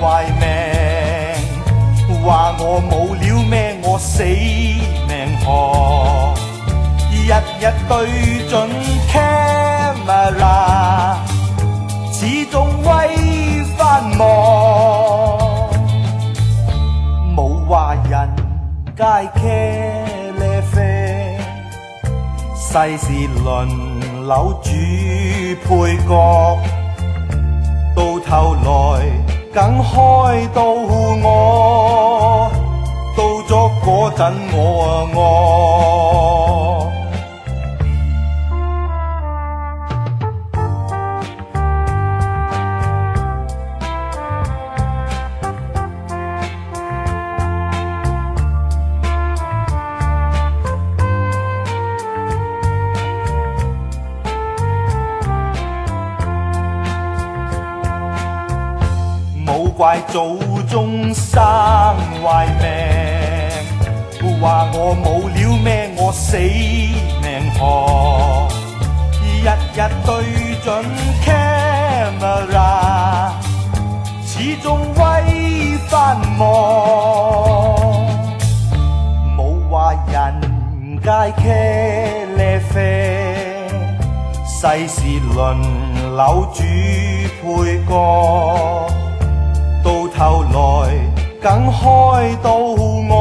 [SPEAKER 7] 壞命，話我冇料咩，我死命學，日日對準 camera，始終威翻望，冇話人皆茄喱啡。世事輪流主配角，到頭來梗開到我，到咗嗰陣啊我啊我。冇怪祖宗生壞命，話我冇料咩，我死命學，日日對準 camera，始終威翻望，冇話人皆茄喱啡。世事輪流主配角，到頭來梗開到我。